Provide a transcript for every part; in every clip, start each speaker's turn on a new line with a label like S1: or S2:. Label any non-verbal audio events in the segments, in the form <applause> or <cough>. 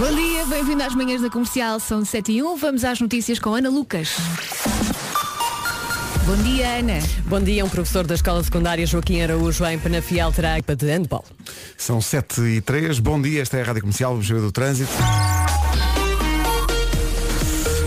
S1: Bom dia, bem-vindo às manhãs da comercial, são 7 e 1. Vamos às notícias com Ana Lucas. Bom dia, Ana.
S2: Bom dia, um professor da Escola Secundária Joaquim Araújo em Penafiel terá equipa de handball.
S3: São 7 e 3. Bom dia, esta é a Rádio Comercial, vamos saber do trânsito.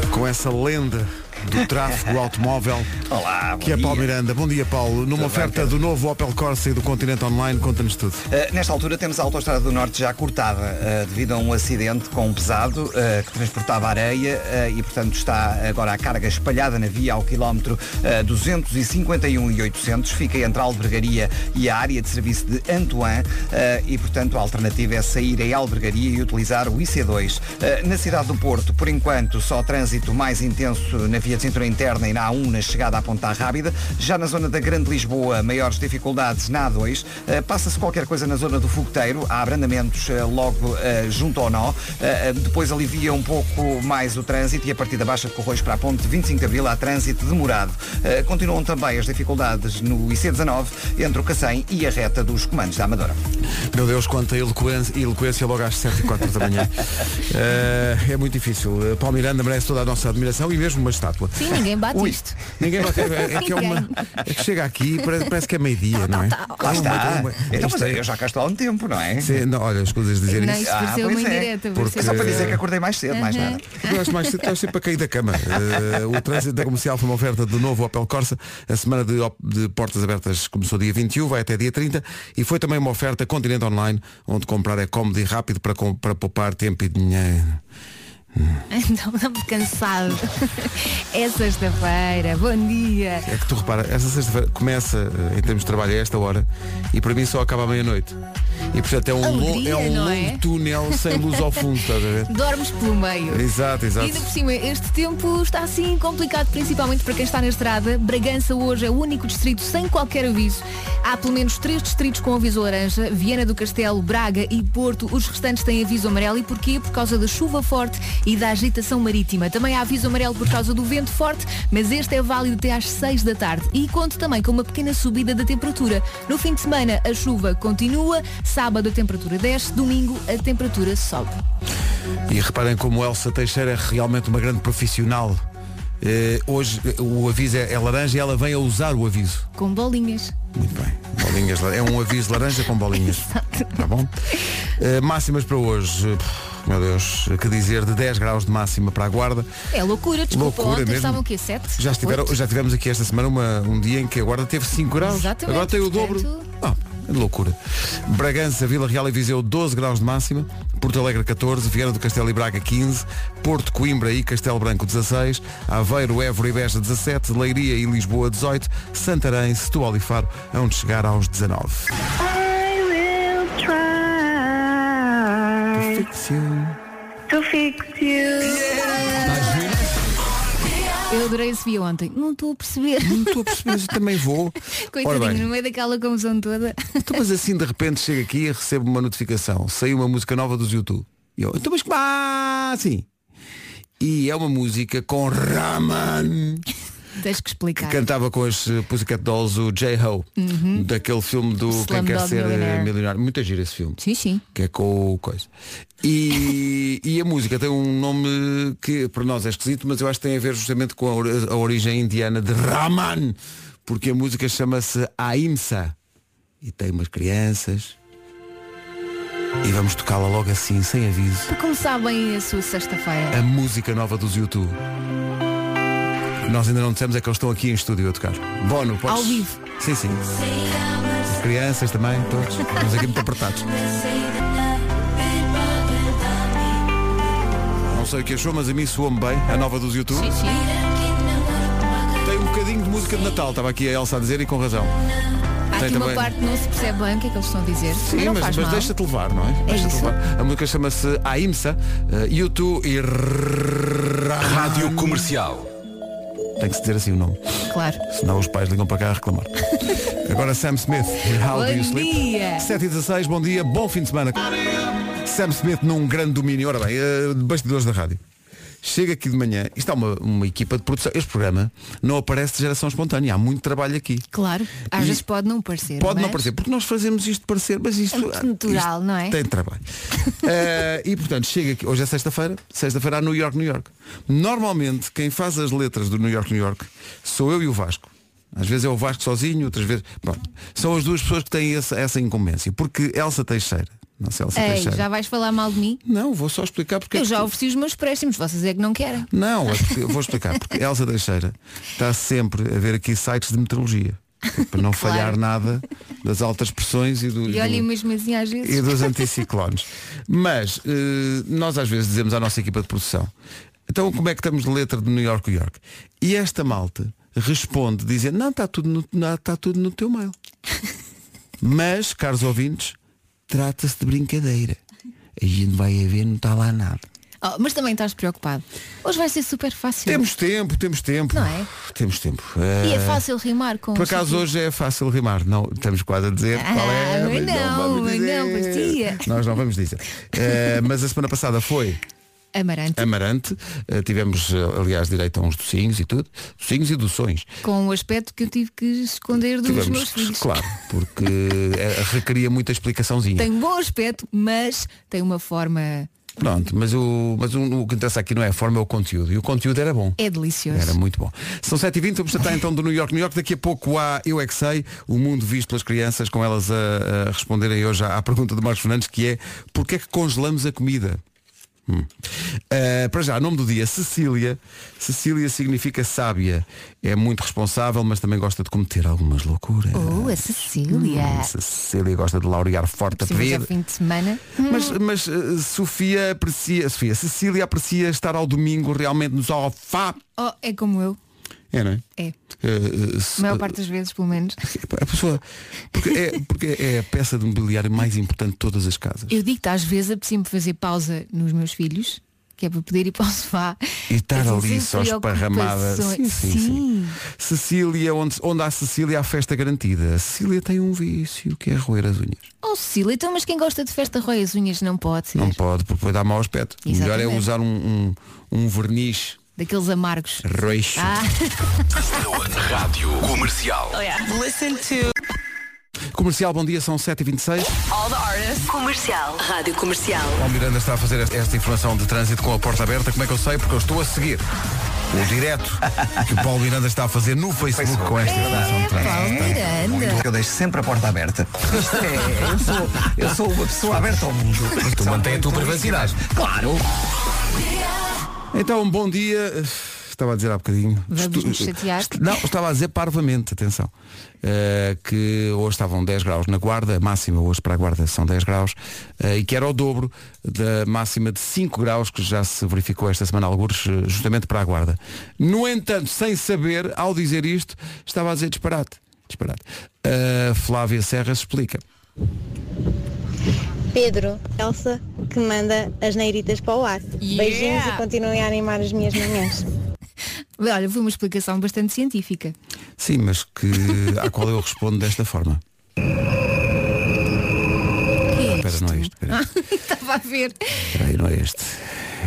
S3: Com essa lenda
S4: <laughs>
S3: do tráfego automóvel.
S4: Olá, bom
S3: Que é
S4: dia.
S3: Paulo Miranda. Bom dia, Paulo. Numa oferta do novo Opel Corsa e do Continente Online, conta-nos tudo.
S4: Uh, nesta altura temos a Autostrada do Norte já cortada uh, devido a um acidente com um pesado uh, que transportava areia uh, e portanto está agora a carga espalhada na via ao quilómetro uh, 251 e 800 fica entre a albergaria e a área de serviço de Antoine uh, e portanto a alternativa é sair em albergaria e utilizar o IC2. Uh, na cidade do Porto, por enquanto, só trânsito mais intenso na via de cintura interna e na A1 na chegada à Ponta Rábida. Já na zona da Grande Lisboa, maiores dificuldades na A2. Eh, Passa-se qualquer coisa na zona do Fogoteiro, há abrandamentos eh, logo eh, junto ao nó. Eh, eh, Depois alivia um pouco mais o trânsito e a partir da Baixa de Corroios para a Ponte 25 de Abril há trânsito demorado. Eh, Continuam também as dificuldades no IC19 entre o Cacém e a reta dos comandos da Amadora.
S3: Meu Deus, quanta eloquência, eloquência logo às 7 e 4 da
S4: <laughs>
S3: manhã. Eh, é muito difícil. Eh, Paulo Miranda merece toda a nossa admiração e mesmo uma estátua.
S1: Sim, ninguém bate
S3: Ui,
S1: isto. <laughs>
S3: Ninguém vai é, é que é uma. é que chega aqui, e parece, parece que é
S1: Tá,
S3: meio-dia, não é?
S4: Lá
S3: É uma- é
S4: está.
S3: uma-
S4: Então,
S3: isto
S4: mas
S3: é-
S4: eu já cá estou há um tempo, não é?
S3: Sim, não, olha, as coisas dizerem
S1: Não,
S3: isso.
S1: isto pareceu
S4: pois
S1: uma
S4: é.
S1: indireta.
S3: Porque- Eh,
S1: pareceu-
S4: É só para dizer que acordei mais cedo, mais
S1: Aham.
S4: nada.
S3: Eu acho <laughs> mais estás sempre a cair da cama. Eh, o trânsito da comercial foi uma oferta do novo Opel Corsa. A semana de, op- de portas abertas começou dia 21, vai até dia 30 e foi também uma oferta Continente Online, onde comprar é cómodo e rápido para, com- para poupar tempo e dinheiro.
S1: <laughs> Então, estamos cansado. <laughs> É sexta-feira, bom dia.
S3: É que tu repara, essa sexta-feira começa eh, em termos de trabalho a esta hora e para mim só acaba à meia-noite. E portanto é um, longo,
S1: Alegria,
S3: é um
S1: não
S3: longo
S1: é?
S3: túnel sem luz ao fundo, estás a ver?
S1: <laughs> Dormes pelo meio.
S3: É. Exato,
S1: E
S3: exato.
S1: ainda por cima, este tempo está assim complicado, principalmente para quem está na estrada. Bragança hoje é o único distrito sem qualquer aviso. Há pelo menos três distritos com aviso laranja, Viana do Castelo, Braga e Porto. Os restantes têm aviso amarelo. E porquê? Por causa da chuva forte e da agitação marítima. Também há aviso amarelo por causa do vento forte, mas este é válido até às 6 da tarde. E conto também com uma pequena subida da temperatura. No fim de semana, a chuva continua. Sábado a temperatura desce, domingo a temperatura sobe.
S3: E reparem como Elsa Teixeira é realmente uma grande profissional. Eh, hoje eh, o aviso é, é laranja e ela vem a usar o aviso.
S1: Com bolinhas.
S3: Muito bem. Bolinhas, lar- é um aviso laranja com bolinhas. Tá bom? Eh, máximas para hoje. Eh, pff, Meu Deus, que dizer de 10 graus de máxima para a guarda.
S1: É loucura, desculpa,
S3: Loucura
S1: ontem
S3: mesmo.
S1: estavam o quê? Sete?
S3: Já, estiveram,
S1: Oito?
S3: já tivemos aqui esta semana uma- um dia em que a guarda teve 5 graus.
S1: Exatamente,
S3: Agora tem o dobro.
S1: portanto-
S3: Ah, é loucura. Bragança, Vila Real e Viseu 12 graus de máxima, Porto Alegre 14, Viana do Castelo e Braga 15, Porto Coimbra e Castelo Branco 16, Aveiro, Évora e Beja 17, Leiria e Lisboa 18, Santarém, Setúbal e Faro onde chegar aos 19.
S5: I will try to fix you.
S1: Eu adorei esse vídeo ontem. Não estou a perceber.
S3: Não estou a perceber, mas eu
S1: <laughs>
S3: também vou. Ora
S1: Coitadinho, no
S3: bem,
S1: meio daquela confusão toda.
S3: então, mas assim de repente chego aqui e recebo uma notificação. Saiu uma música nova dos YouTube. E eu, então mas como assim? E é uma música com Raman.
S1: Tens que
S3: que
S1: explicar.
S3: cantava com as eh, Pussycat Dolls o J-Ho,
S1: Uhum.
S3: daquele filme do Quem Quer
S1: Slumdog
S3: Ser eh,
S1: Millionaire.
S3: Milionário. Muito giro esse filme,
S1: Sim, sim.
S3: que é com o coisa. E, e a música tem um nome que para nós é esquisito, mas eu acho que tem a ver justamente com a, ori- a origem indiana de Raman, porque a música chama-se Aimsa e tem umas crianças. E vamos tocá-la logo assim, sem aviso.
S1: Para começar bem a sua sexta-feira.
S3: A música nova dos YouTube. Nós ainda não dissemos é que eles estão aqui em estúdio a tocar. Bono, podes...
S1: Ao vivo.
S3: Sim, sim. As crianças também, todos. Estamos aqui muito apertados. Não sei o que achou, mas a mim soou-me bem, a nova dos YouTube.
S1: Sim, sim.
S3: Tem um bocadinho de música de Natal, estava aqui a Elsa a dizer e com razão.
S1: Há
S3: Tem
S1: aqui uma
S3: também-
S1: parte que não se percebe bem o que é que eles estão a dizer.
S3: Sim,
S1: não
S3: mas,
S1: faz
S3: mas
S1: mal.
S3: deixa-te levar, não é? deixa-te
S1: isso.
S3: levar. A música chama-se Aimsa, eh, YouTube e
S6: Rádio Comercial.
S3: Tem que se dizer assim o nome.
S1: Claro.
S3: Senão os pais ligam para cá
S1: <laughs>
S3: a reclamar. Agora Sam Smith, How Do You
S1: Bom
S3: Sleep?
S1: dia.
S3: 7 e 16, bom dia, bom fim de semana. Sam Smith num grande domínio. Ora bem, eh, bastidores da rádio. Chega aqui de manhã, isto é uma, uma equipa de produção. Este programa não aparece de geração espontânea, há muito trabalho aqui.
S1: Claro, às
S3: E
S1: vezes pode não parecer.
S3: Pode não
S1: mas-
S3: parecer, porque nós fazemos isto parecer, mas isto.
S1: É muito natural,
S3: isto
S1: não é?
S3: Tem trabalho. Eh, e portanto, chega aqui, hoje é sexta-feira, sexta-feira há New York, New York. Normalmente, quem faz as letras do New York, New York, sou eu e o Vasco. Às vezes é o Vasco sozinho, outras vezes. Bom, são as duas pessoas que têm essa, essa incumbência. Porque Elsa Teixeira, não sei Elsa
S1: Ei,
S3: Teixeira.
S1: já vais falar mal de mim?
S3: Não, vou só explicar porque é
S1: Eu
S3: que
S1: já
S3: tu-
S1: ofereci os meus préstimos, vocês é que não querem.
S3: Não, é porque- eu vou explicar, porque Elsa Teixeira está sempre a ver aqui sites de meteorologia. Para
S1: <laughs>
S3: não
S1: Claro.
S3: falhar nada das altas pressões e do.
S1: E
S3: do-
S1: olhem mesmo assim às vezes.
S3: e dos anticiclones. Mas eh, nós às vezes dizemos à nossa equipa de produção, então como é que estamos de letra de New York, New York? E esta malta responde dizendo, não, está tudo, no- não, está tudo no teu
S1: <laughs>
S3: mail. Mas, caros ouvintes, trata-se de brincadeira. Aí não vai haver, não está lá nada.
S1: Oh, mas também estás preocupado. Hoje vai ser super fácil.
S3: Temos tempo, temos tempo.
S1: Não é?
S3: Temos tempo.
S1: E é
S3: Eh,
S1: fácil rimar com
S3: Por
S1: os-
S3: acaso hoje é fácil rimar, não, estamos quase a dizer
S1: Ah, <laughs>
S3: qual é.
S1: mas não,
S3: vamos
S1: mas não,
S3: dizer.
S1: parecia.
S3: Nós não vamos dizer. Eh, mas a semana passada foi
S1: Amarante.
S3: Amarante. Eh, tivemos, eh, aliás, direito a uns docinhos e tudo. Docinhos e doções.
S1: Com o aspecto que eu tive que esconder dos meus
S3: Tivemos,
S1: filhos.
S3: claro, porque eh, requeria muita explicaçãozinha.
S1: Tem um bom aspecto, mas tem uma forma.
S3: Pronto, mas, o, mas o, o que interessa aqui não é a forma, é o conteúdo. E o conteúdo era bom.
S1: É delicioso.
S3: Era muito bom. São 7h20, vamos tratar então do New York. New York, daqui a pouco há Eu É Que Sei, o mundo visto pelas crianças, com elas a, a responderem hoje à, à pergunta de Marcos Fernandes, que é porquê é que congelamos a comida? Hum. Uh, para já, nome do dia, Cecília. Cecília significa sábia. É muito responsável, mas também gosta de cometer algumas loucuras.
S1: Oh, a Cecília.
S3: Hum, Cecília gosta de laurear forte a
S1: Sim, mas ao
S3: vida.
S1: fim de semana.
S3: Mas,
S1: Hum.
S3: mas eh, Sofia aprecia, Sofia, Cecília aprecia estar ao domingo realmente no sofá.
S1: Oh, é como eu.
S3: É, não é?
S1: É.
S3: Eh, eh,
S1: A
S3: se-
S1: maior parte das vezes, pelo
S3: <laughs>
S1: menos.
S3: a pessoa. Porque é, porque é a peça de mobiliário mais importante de todas as casas.
S1: Eu digo-te, às vezes, apetecia-me fazer pausa nos meus filhos, que é para poder ir para o sofá.
S3: E estar
S1: Assim,
S3: ali
S1: sem
S3: só esparramada. Sim,
S1: preocupações.
S3: sim, sim. Cecília, onde, onde há Cecília há festa garantida. A Cecília tem um vício que é roer as unhas.
S1: Oh, Cecília, então, mas quem gosta de festa rói as unhas não pode ser.
S3: Não pode, porque pode dar mau aspecto. O Melhor é
S1: Exatamente.
S3: usar um, um, um verniz
S1: Daqueles amargos.
S3: roxo.
S1: Ah,
S7: Rádio Comercial.
S8: Oh, Listen to
S3: Comercial, bom dia, são 7h26.
S8: all the artists. Comercial. Rádio Comercial.
S7: Paulo Miranda está a fazer esta- esta informação de trânsito com a porta aberta. Como é que eu sei? Porque eu estou a seguir o direto que o Paulo Miranda está a fazer no Facebook,
S4: Facebook.
S7: com esta informação de
S1: é
S7: trânsito.
S1: Paulo Miranda.
S4: que eu deixo sempre a porta aberta. Isto é, eu sou, eu sou uma pessoa aberta ao mundo.
S7: Tu mantém a tua privacidade.
S4: Claro.
S3: Então, bom dia. Estava a dizer há bocadinho.
S1: Vamos nos chatear.
S3: Não, estava a dizer parvamente, atenção. eh, que hoje estavam 10 graus na guarda, a máxima hoje para a guarda são 10 graus, eh, e que era o dobro da máxima de 5 graus que já se verificou esta semana, alguns justamente para a guarda. No entanto, sem saber, ao dizer isto, estava a dizer disparate. disparate. Eh, Flávia Serras explica.
S9: Pedro, Elsa, que manda as neiritas para o ar. Beijinhos e continuem a animar as minhas manhãs.
S1: Olha, foi uma explicação bastante científica.
S3: Sim, mas que à qual eu respondo
S1: <laughs>
S3: desta forma. Espera, não é isto. Espera.
S1: <laughs> Estava a ver.
S3: Peraí, não é este.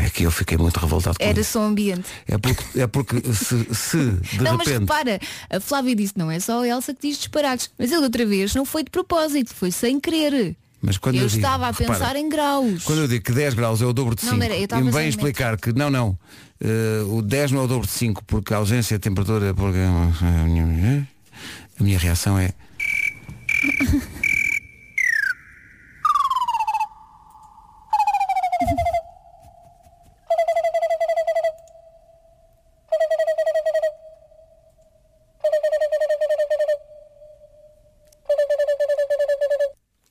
S3: É que eu fiquei muito revoltado com
S1: Era
S3: isso.
S1: só ambiente.
S3: É porque, é porque se, se de
S1: não, mas
S3: repente.
S1: repara, a Flávia disse, não é só a Elsa que diz disparados. Mas ele outra vez não foi de propósito, foi sem querer.
S3: Mas quando
S1: eu,
S3: eu digo-
S1: estava a
S3: repara,
S1: pensar em graus.
S3: Quando eu digo que 10 graus é o dobro de
S1: Não,
S3: 5
S1: era- eu
S3: E
S1: estava
S3: me
S1: a
S3: bem
S1: pensar em
S3: explicar que não, não eh, O 10 não é o dobro de 5 Porque a ausência de temperatura é porque... A minha reação é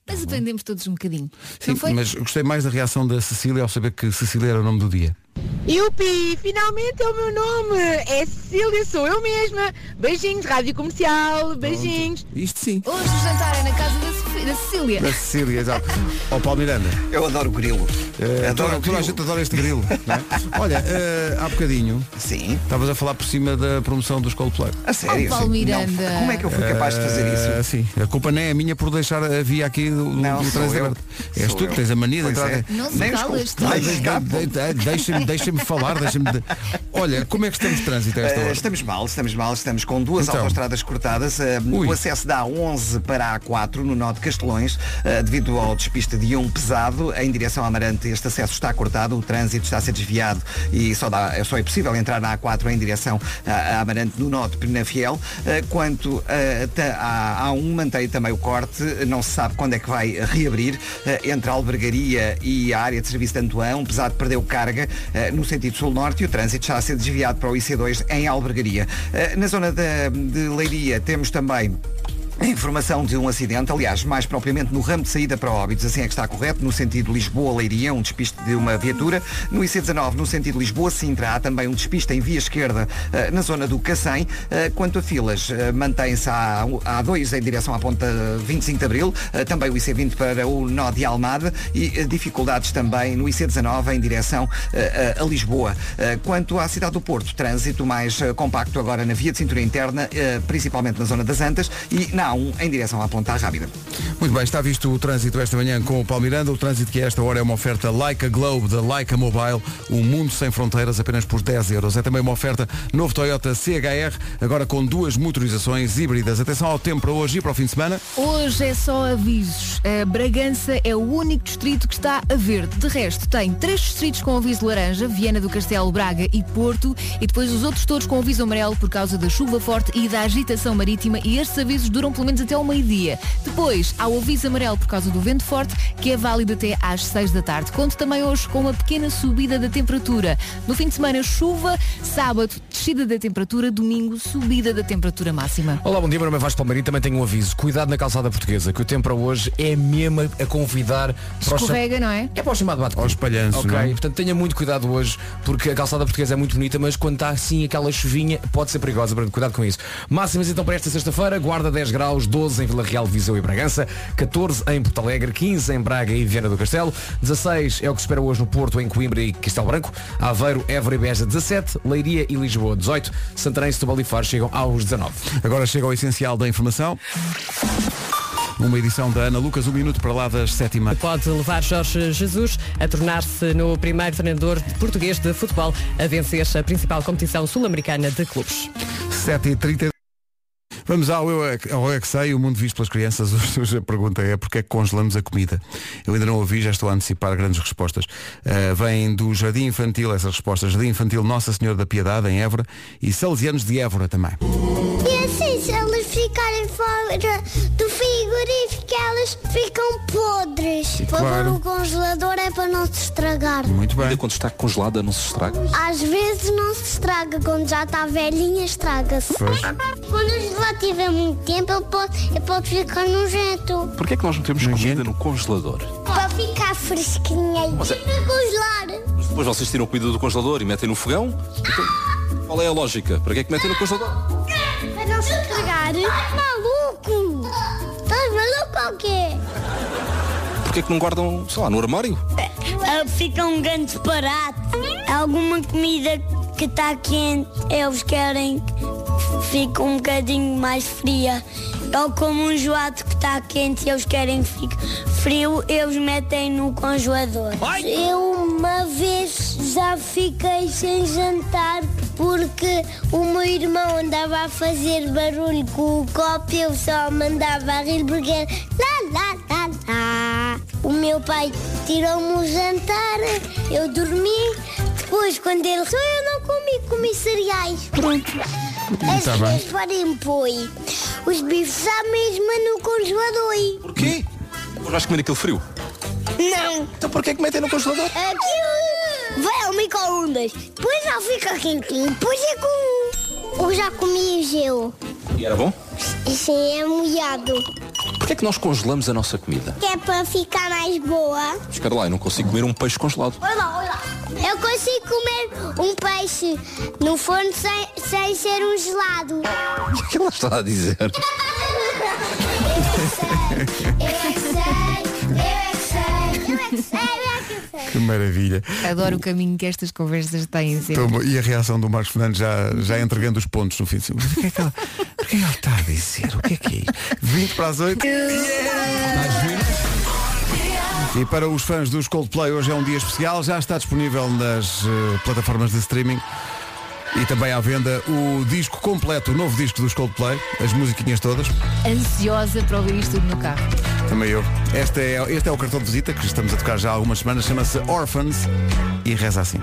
S1: Mas aprendemos todos um bocadinho.
S3: Sim,
S1: não foi?
S3: mas gostei mais da reação da Cecília ao saber que Cecília era o nome
S1: <laughs>
S3: do dia.
S5: Yupi, finalmente é o meu nome! É Cecília, sou eu mesma! Beijinhos, Rádio Comercial, beijinhos!
S3: Isto sim.
S1: Hoje o jantar é na casa da, Sofia- da Cecília.
S3: Da Cecília, exato. Ó Paulo Miranda.
S4: Eu adoro grilo.
S10: Eh, adoro-
S3: Adoro
S10: toda a
S3: grill.
S10: gente adora este
S4: <laughs>
S10: grilo. não é? Olha, eh, há bocadinho
S4: Sim.
S10: estavas a falar por cima da promoção dos Coldplay.
S4: A sério.
S1: Oh,
S4: assim,
S1: Paulo
S4: Não,
S1: Miranda.
S4: como é que eu fui capaz de fazer isso?
S10: Eh, sim, a culpa não é minha por deixar a via aqui do, do, do
S4: Não, sou
S10: trânsito
S4: eu.
S10: aberto. És
S4: Sou
S10: tu
S4: eu.
S10: que tens a mania de
S4: Pois
S10: entrar.
S4: é.
S1: Não se
S4: Nem os
S1: cala,
S4: cultos.
S1: está
S10: Ai,
S4: Ai,
S1: bem.
S10: de-
S4: escapam.
S10: de- de- Deixa-me deixa falar, deixa-me. de- Olha, como é que estamos de trânsito a esta
S4: Eh,
S10: hora?
S4: estamos mal, estamos mal, estamos com duas
S10: Então.
S4: autostradas cortadas. Eh,
S10: Ui.
S4: o acesso da A11 para a A4 no nó de Castelões, eh, devido ao despiste de um pesado em direção a Amarante. Este acesso está cortado, o trânsito está a ser desviado e só, dá- só é possível entrar na A4 em direção a, a Amarante no nó de Penafiel. Eh, quanto eh, ta- à A1, mantém também o corte, não se sabe quando é que vai reabrir eh, entre a albergaria e a área de serviço de Antoão. Um pesado perdeu carga eh, no sentido sul-norte e o trânsito está a ser desviado para o IC2 em albergaria. Eh, na zona da- de Leiria temos também a Informação de um acidente, aliás, mais propriamente no ramo de saída para Óbidos, assim é que está correto, no sentido Lisboa-Leiria, um despiste de uma viatura. No IC19, no sentido Lisboa-Sintra, há também um despiste em via esquerda eh, na zona do Cacém. Eh, quanto a filas, eh, mantém-se a A2 em direção à ponta 25 de Abril, eh, também o IC20 para o nó de Almada e eh, dificuldades também no IC19 em direção eh, a a Lisboa. Eh, Quanto à cidade do Porto, trânsito mais eh, compacto agora na via de cintura interna, eh, principalmente na zona das Antas e na A1 em direção à Ponta Rábida.
S3: Muito bem, está visto o trânsito esta manhã com o Paulo Miranda. O trânsito que a esta hora é uma oferta Leica Globe da Leica Mobile, um mundo sem fronteiras apenas por 10 euros. É também uma oferta novo Toyota CHR, agora com duas motorizações híbridas. Atenção ao tempo para hoje e para o fim de semana.
S1: Hoje é só avisos. A Bragança é o único distrito que está a verde. De resto, tem três distritos com aviso laranja, Viana do Castelo, Braga e Porto, e depois os outros todos com aviso amarelo por causa da chuva forte e da agitação marítima, e estes avisos duram pelo menos até ao meio-dia. Depois, há o aviso amarelo por causa do vento forte, que é válido até às 6 da tarde. Conto também hoje com uma pequena subida da temperatura. No fim de semana, chuva, sábado, descida da temperatura, domingo, subida da temperatura máxima.
S7: Olá, bom dia, meu nome é Vasco Palmeirinho, também tenho um aviso. Cuidado na calçada portuguesa, que o tempo para hoje é mesmo a convidar para o cha-
S1: Escorrega, não é?
S7: É para o chamado bate
S3: Aos palhanços,
S7: Ok,
S3: não é?
S7: portanto tenha muito cuidado hoje, porque a calçada portuguesa é muito bonita, mas quando está assim aquela chuvinha pode ser perigosa, portanto cuidado com isso. Máximas então para esta sexta-feira, guarda 10 graus, 12 em Vila Real, Viseu e Bragança, 14 em Porto Alegre, 15 em Braga e Viana do Castelo, 16 é o que se espera hoje no Porto, em Coimbra e Castelo Branco, Aveiro, Évora e Beja 17, Leiria e Lisboa 18, Santarém, Setúbal e Faro chegam aos 19.
S3: Agora chega ao essencial da informação. Uma edição da Ana Lucas, um minuto para lá das sétima.
S2: Pode levar Jorge Jesus a tornar-se no primeiro treinador português de futebol a vencer a principal competição sul-americana de clubes.
S3: 7 e 30 Vamos ao Eu É Que- ao Eu É Que Sei, o mundo visto pelas crianças. <laughs> Hoje, hoje a pergunta é porque é que congelamos a comida? Eu ainda não ouvi, já estou a antecipar grandes respostas. Ah, vêm do Jardim Infantil essas respostas. Jardim Infantil Nossa Senhora da Piedade, em Évora, e Salesianos de Évora também.
S11: E assim, se elas ficarem fora do frigorífico, elas ficam podres. Para pôr
S3: claro.
S11: no congelador é para não se estragar.
S3: Muito bem.
S7: Quando está congelada não se estraga.
S11: Às vezes não se estraga, quando já está velhinha, estraga-se.
S3: Pois.
S11: Quando o gelado tiver muito tempo, ele pode, ele pode ficar nojento.
S7: Porquê é que nós metemos
S3: comida
S7: no congelador?
S11: Para ficar fresquinha e
S3: é-
S11: para congelar.
S7: Depois vocês tiram comida do congelador e metem no fogão? qual é a lógica? Para que é que metem no congelador?
S11: Para não se estragar. Maluco! Estás maluco ou quê?
S7: Porquê é que não guardam, sei lá, no armário?
S11: Fica um grande disparate. É Alguma comida que está quente, eles querem que fique um bocadinho mais fria. Ou como um joado que está quente, eles querem que fique frio, eles metem no congelador. Eu uma vez já fiquei sem jantar porque o meu irmão andava a fazer barulho com o copo e eu só mandava a rir porque era lá, lá, lá, lá. O meu pai tirou-me o jantar, eu dormi. Depois, quando ele só eu não comi, comi cereais.
S7: Hum,
S11: As
S3: Tá
S11: minhas parem põe. Os bifes à mesma no congelador.
S7: Porquê? Vais comer aquele frio?
S11: Não,
S7: Então porquê é que metem no congelador?
S11: aquilo vai ao micro-ondas. Depois já fica quentinho. Depois é com... um. Eu já comi gelo.
S7: E era bom?
S11: Sim, é molhado.
S7: Porquê é que nós congelamos a nossa comida?
S11: Que é para ficar mais boa.
S7: Espera lá, eu não consigo comer um peixe congelado. <laughs>
S11: Olha lá, olha lá. Eu consigo comer um peixe no forno sem, sem ser um gelado.
S7: O que ela está a dizer?
S11: Eu é que sei, eu é que sei, eu é que sei, eu é que sei.
S3: Que maravilha.
S1: <laughs> Adoro o caminho que estas conversas têm sempre.
S3: Então, e a reação do Marcos Fernandes já, já entregando os pontos no fim de semana. Uhum. O que é que ela, o que é que ela está a dizer? O que é que é isto? 20 para as 8. E para os fãs dos Coldplay, hoje é um dia especial. Já está disponível nas eh, plataformas de streaming. E também à venda o disco completo, o novo disco dos Coldplay, as musiquinhas todas.
S1: Ansiosa para ouvir isto tudo no carro.
S3: Também eu. Este é, este é o cartão de visita que estamos a tocar já há algumas semanas, chama-se Orphans e reza assim.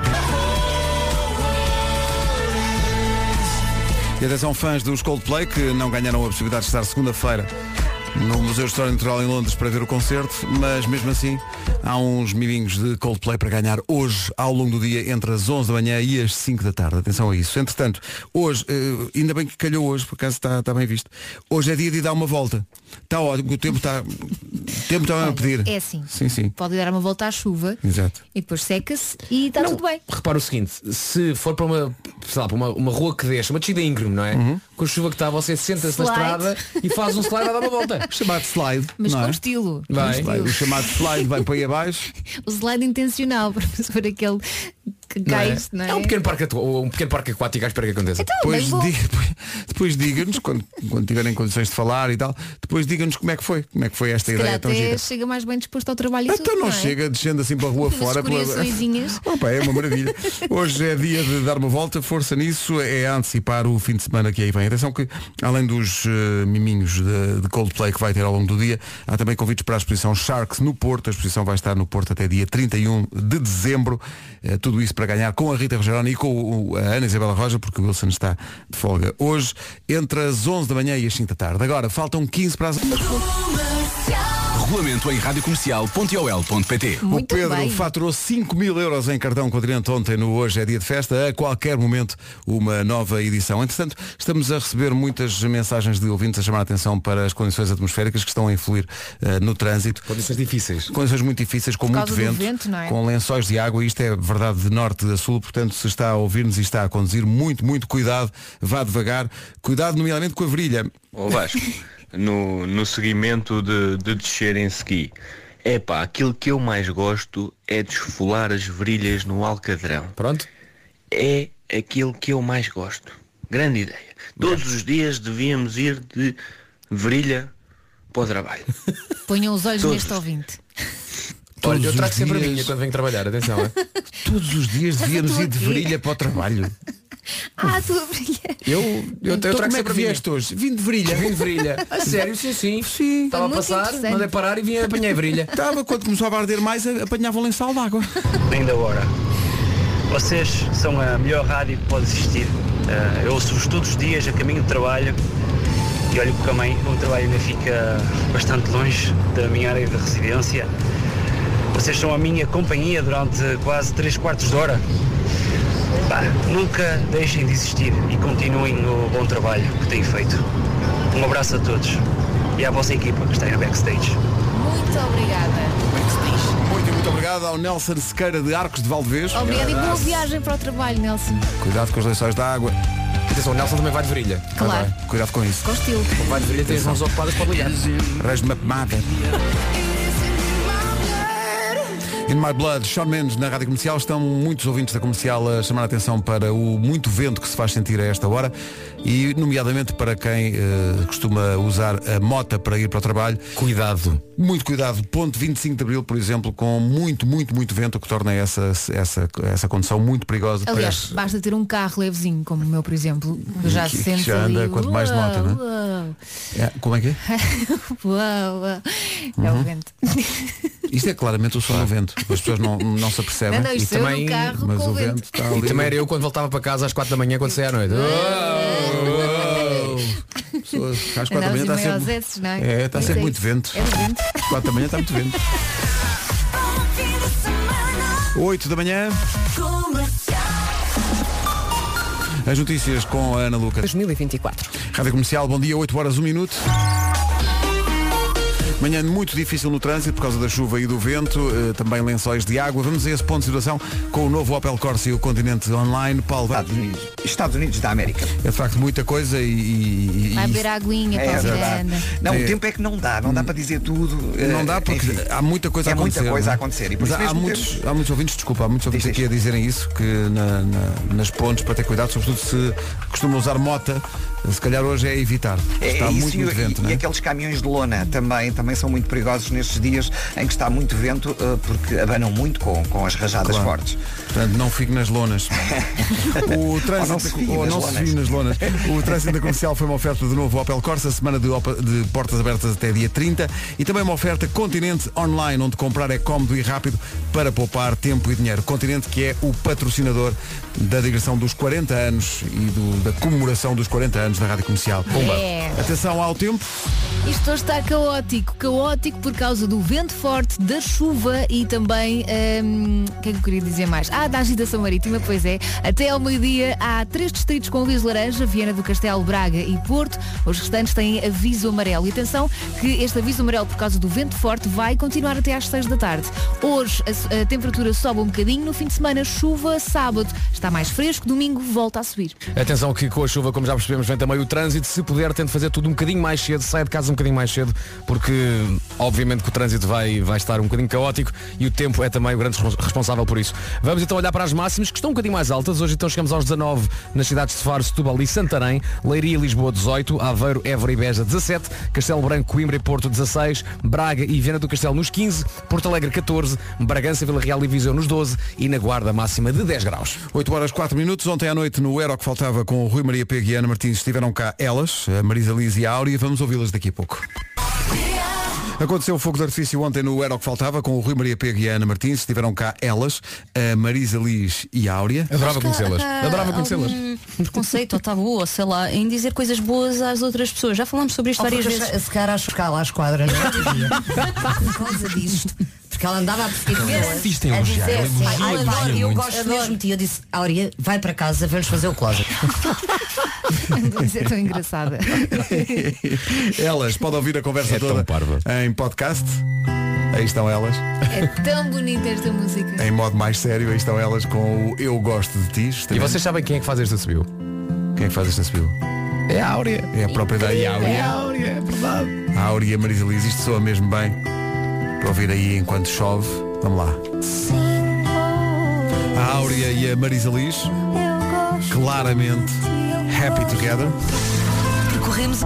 S3: E atenção fãs dos Coldplay que não ganharam a possibilidade de estar segunda-feira no Museu de História Natural em Londres para ver o concerto, mas mesmo assim há uns miminhos de Coldplay para ganhar hoje ao longo do dia entre as 11 da manhã e as 5 da tarde. Atenção a isso. Entretanto, hoje, eh, ainda bem que calhou hoje, por acaso está, está bem visto. Hoje é dia de dar uma volta. Está ótimo, o tempo está, o tempo está a pedir.
S1: É assim.
S3: Sim, sim.
S1: Pode dar uma volta à chuva
S3: Exato.
S1: e depois seca-se e está tudo bem.
S7: Repara o seguinte, se for para uma, sei lá, para uma, uma rua que deixa, uma descida íngreme, não é?
S3: Uhum.
S7: Com a chuva que está, você senta-se na
S1: Slide.
S7: estrada e faz um slide a dar uma volta.
S3: <laughs> Chamado slide.
S1: Mas
S3: não
S1: com
S3: é?
S1: estilo. Com
S7: Vai.
S1: estilo.
S3: Vai, O chamado slide vai para aí abaixo.
S1: O slide intencional, <laughs> para fazer aquele que cai não é?
S7: É um pequeno parque, atu- ou um pequeno parque aquático, à espera que aconteça.
S1: Então,
S3: Depois,
S1: bem bom.
S3: di- depois- depois diga-nos, quando, quando tiverem condições de falar e tal, depois diga-nos como é que foi. Como é que foi esta
S1: Se
S3: ideia
S1: calhar
S3: tão
S1: até
S3: gira.
S1: chega mais bem disposto ao trabalho e
S3: Então
S1: tudo,
S3: não,
S1: é?
S3: chega descendo assim pela rua
S1: Pelas
S3: fora. Pela...
S1: coraçõezinhas.
S3: <laughs> Opa, é uma maravilha. Hoje é dia de dar uma volta, força nisso, é antecipar o fim de semana que aí vem. Atenção que, além dos eh, miminhos de, de Coldplay que vai ter ao longo do dia, há também convites para a exposição Sharks no Porto. A exposição vai estar no Porto até dia 31 de dezembro. Eh, tudo isso para ganhar com a Rita Rogeroni e com o- o- a Ana Isabela Roja, porque o Wilson está de folga hoje, entre as 11 da manhã e as 5 da tarde. Agora, faltam 15 para as...
S12: Regulamento em radiocomercial.ol.pt
S3: O
S1: Muito
S3: Pedro
S1: bem.
S3: faturou 5 mil euros em cartão continente ontem no Hoje é Dia de Festa. A qualquer momento, uma nova edição. Entretanto, estamos a receber muitas mensagens de ouvintes a chamar a atenção para as condições atmosféricas que estão a influir eh, no trânsito.
S7: Condições difíceis.
S3: Condições muito difíceis, com muito
S1: causa do
S3: vento,
S1: vento, não é?
S3: com lençóis de água, isto é verdade de norte a sul, portanto se está a ouvir-nos e está a conduzir, muito, muito cuidado, vá devagar, cuidado nomeadamente com a virilha.
S12: Ô Vasco, no, no seguimento de, de descer em ski, é pá, aquilo que eu mais gosto é desfolar as virilhas no alcatrão.
S7: Pronto?
S12: É aquilo que eu mais gosto. Grande ideia. Todos os dias devíamos ir de virilha para o
S1: <laughs>
S12: trabalho.
S1: Ponham os olhos
S12: Todos.
S1: neste ouvinte.
S7: Olha, eu
S3: os
S7: trago sempre a
S3: dias-
S7: minha quando venho trabalhar, atenção.
S1: <laughs>
S7: é?
S3: Todos os dias devíamos
S1: estou
S3: ir de
S1: aqui.
S3: virilha para o trabalho.
S1: Ah, tu brilha.
S7: Eu, eu, eu
S3: então,
S7: trago
S3: como é
S7: sempre
S3: que
S7: a minha.
S3: vieste hoje? Vim de virilha.
S7: Vim
S3: <laughs>
S7: de brilha. A sério, sim, sim. Estava a
S1: Foi muito
S7: passar, é
S1: interessante.
S7: mandei parar e vim apanhei
S3: <laughs>
S7: a brilha.
S3: Estava, quando começava a arder mais, apanhava um lençol d'água.
S12: Ainda hora. Vocês são a melhor rádio que pode existir. Eh, eu ouço-vos todos os dias a caminho do trabalho e olho porque também o trabalho ainda fica bastante longe da minha área de residência. Vocês são a minha companhia durante quase 3 quartos de hora. Pá, nunca deixem de existir e continuem no bom trabalho que têm feito. Um abraço a todos e à vossa equipa que está aí no backstage.
S1: Muito obrigada.
S3: Muito, muito obrigado ao Nelson Sequeira de Arcos de Valdevez.
S1: Obrigada e boa viagem para o trabalho, Nelson.
S3: Cuidado com os lençóis da água.
S7: Atenção, o Nelson também vai de brilha.
S1: Claro.
S3: Cuidado com isso.
S1: Com estilo.
S7: Vai de brilha, tem as mãos ocupadas para ligar.
S3: Reis de uma pomada. In My Blood, Sean Mendes na Rádio Comercial. Estão muitos ouvintes da Comercial a chamar a atenção para o muito vento que se faz sentir a esta hora e nomeadamente para quem eh, costuma usar a mota para ir para o trabalho.
S7: Cuidado.
S3: Muito cuidado, ponto 25 de Abril, por exemplo, com muito, muito, muito vento, o que torna essa, essa, essa condição muito perigosa.
S1: Aliás,
S3: Parece-
S1: basta ter um carro levezinho, como o meu, por exemplo, que já
S3: Que-
S1: se
S3: que
S1: sente
S3: já anda
S1: ali,
S3: quanto mais de moto, né?"
S1: uau, <laughs>
S3: não É, como é que é?
S1: uau, uau, uau. É
S3: Uhum.
S1: o vento.
S3: Isto é claramente o som do vento. As pessoas não, não se apercebem.
S1: Não, não, isto
S7: E
S1: eu
S7: também-
S1: no carro
S3: mas
S1: com
S3: o
S1: o
S3: vento
S1: vento.
S3: está
S7: E
S3: ali.
S7: também era eu quando voltava para casa às 4 da manhã quando saía à noite.
S1: <laughs>
S3: Pessoas, Às quatro da
S1: Andamos
S3: manhã está
S1: em meio aos
S3: sempre.
S1: S's, não é?
S3: É, está
S1: Pois
S3: sempre
S1: é
S3: muito
S1: isso.
S3: vento.
S1: É do vento.
S3: Às <laughs> quatro da manhã está muito vento. 8 da manhã, as notícias com a Ana Lucas.
S2: 2024.
S3: Rádio Comercial, bom dia, 8 horas, 1 minuto. um Manhã muito difícil no trânsito por causa da chuva e do vento, eh, também lençóis de água. Vamos a esse ponto de situação com o novo Opel Corsa e o Continente Online. Paulo Estados
S4: Unidos, Estados Unidos da América.
S3: É de facto muita coisa e... e- e-
S1: Vai beber aguinha, Paulo
S4: verdade.
S1: Miranda.
S4: Não,
S3: É.
S4: o tempo é que não dá, não dá para dizer tudo.
S3: Não
S4: eh,
S3: dá porque
S4: enfim.
S3: há muita coisa
S4: é
S3: a acontecer.
S4: muita coisa
S3: não
S4: a
S3: é?
S4: acontecer. E por
S3: Mas
S4: isso
S3: há, há
S4: mesmo
S3: muitos,
S4: temos-
S3: há muitos ouvintes, desculpa, há muitos ouvintes aqui a dizerem isso, que na- na- nas pontes para ter cuidado, sobretudo se costuma usar mota, se calhar hoje é evitar.
S4: É,
S3: Está
S4: é isso
S3: muito,
S4: e,
S3: muito vento,
S4: e-
S3: não
S4: e
S3: é?
S4: aqueles caminhões de lona também, também são muito perigosos nestes dias em que está muito vento eh, porque abanam muito com, com as rajadas
S3: Claro.
S4: fortes.
S3: Portanto, não fico
S4: <laughs>
S3: nas lonas. O
S4: Ou não se
S3: trânsito,
S4: fia
S3: ou
S4: nas
S3: não se
S4: lonas.
S3: viu nas lonas. O trânsito da comercial foi uma oferta do novo Opel Corsa, semana de, opa- de portas abertas até dia 30 e também uma oferta Continente Online, onde comprar é cómodo e rápido para poupar tempo e dinheiro. Continente que é o patrocinador da digressão dos 40 anos e do- da comemoração dos 40 anos da Rádio Comercial. Pumba.
S1: É.
S3: Atenção ao tempo.
S1: Isto hoje está caótico, caótico por causa do vento forte, da chuva e também, hum, o que é que eu queria dizer mais? Ah, da agitação marítima, pois é. Até ao meio-dia há três distritos com aviso laranja, Viana do Castelo, Braga e Porto. Os restantes têm aviso amarelo. E atenção que este aviso amarelo por causa do vento forte vai continuar até às seis da tarde. Hoje a, s- a temperatura sobe um bocadinho, no fim de semana chuva, sábado está mais fresco, domingo volta a subir.
S7: Atenção que com a chuva, como já percebemos, vem também o trânsito. Se puder, tente fazer tudo um bocadinho mais cedo, sai de casa um bocadinho mais cedo, porque obviamente que o trânsito vai, vai estar um bocadinho caótico e o tempo é também o grande respons- responsável por isso. Vamos então olhar para as máximas, que estão um bocadinho mais altas. Hoje então chegamos aos 19 nas cidades de Faro, Setúbal e Santarém, Leiria e Lisboa 18, Aveiro, Évora e Beja 17, Castelo Branco, Coimbra e Porto 16, Braga e Viana do Castelo nos 15, Porto Alegre 14, Bragança, Vila Real e Viseu nos 12 e na Guarda máxima de 10 graus.
S3: 8 horas 4 minutos, ontem à noite no Era o que Faltava com o Rui Maria Pego e a Ana Martins estiveram cá elas, a Marisa Liz e a Áurea, vamos ouvi-las daqui a pouco. Aconteceu o fogo de artifício ontem no Era o que Faltava com o Rui Maria Pego e a Ana Martins, estiveram cá elas, a Marisa Liz e a Áurea.
S7: Adorava
S13: ah,
S14: Há algum Preconceito ou tabu, ou sei lá, em dizer coisas boas às outras pessoas. Já falámos sobre isto
S5: Oh,
S14: várias
S5: porque
S14: vezes.
S5: eu se- Se calhar a escala à esquadra, não é? <laughs> Por causa disto. Porque ela andava a perseguir
S14: Não,
S5: pessoas,
S14: insiste em
S5: a
S14: elogiar,
S5: dizer
S14: ela
S5: assim,
S14: elogia,
S5: "Ai, eu
S14: elogia
S5: adoro, eu
S14: muito."
S5: gosto mesmo de ti. Eu disse, Áurea, vai para casa, vamos fazer o <laughs> closet.
S1: Isso é tão engraçada.
S3: <laughs> elas, podem ouvir a
S7: É
S3: conversa toda em podcast. Aí estão elas.
S1: É tão bonita esta música.
S3: Em modo mais sério, aí estão elas com o Eu Gosto de Ti.
S7: E vocês sabem quem é que faz este subiu?
S3: Quem é que faz este subiu?
S7: É a Áurea.
S3: É a própria da Áurea.
S7: Áurea, é verdade.
S3: A Áurea Marisa Liz, isto soa mesmo bem. Para ouvir aí enquanto chove. Vamos lá. A Áurea e a Marisa Liz, claramente happy together.
S14: Percorremos.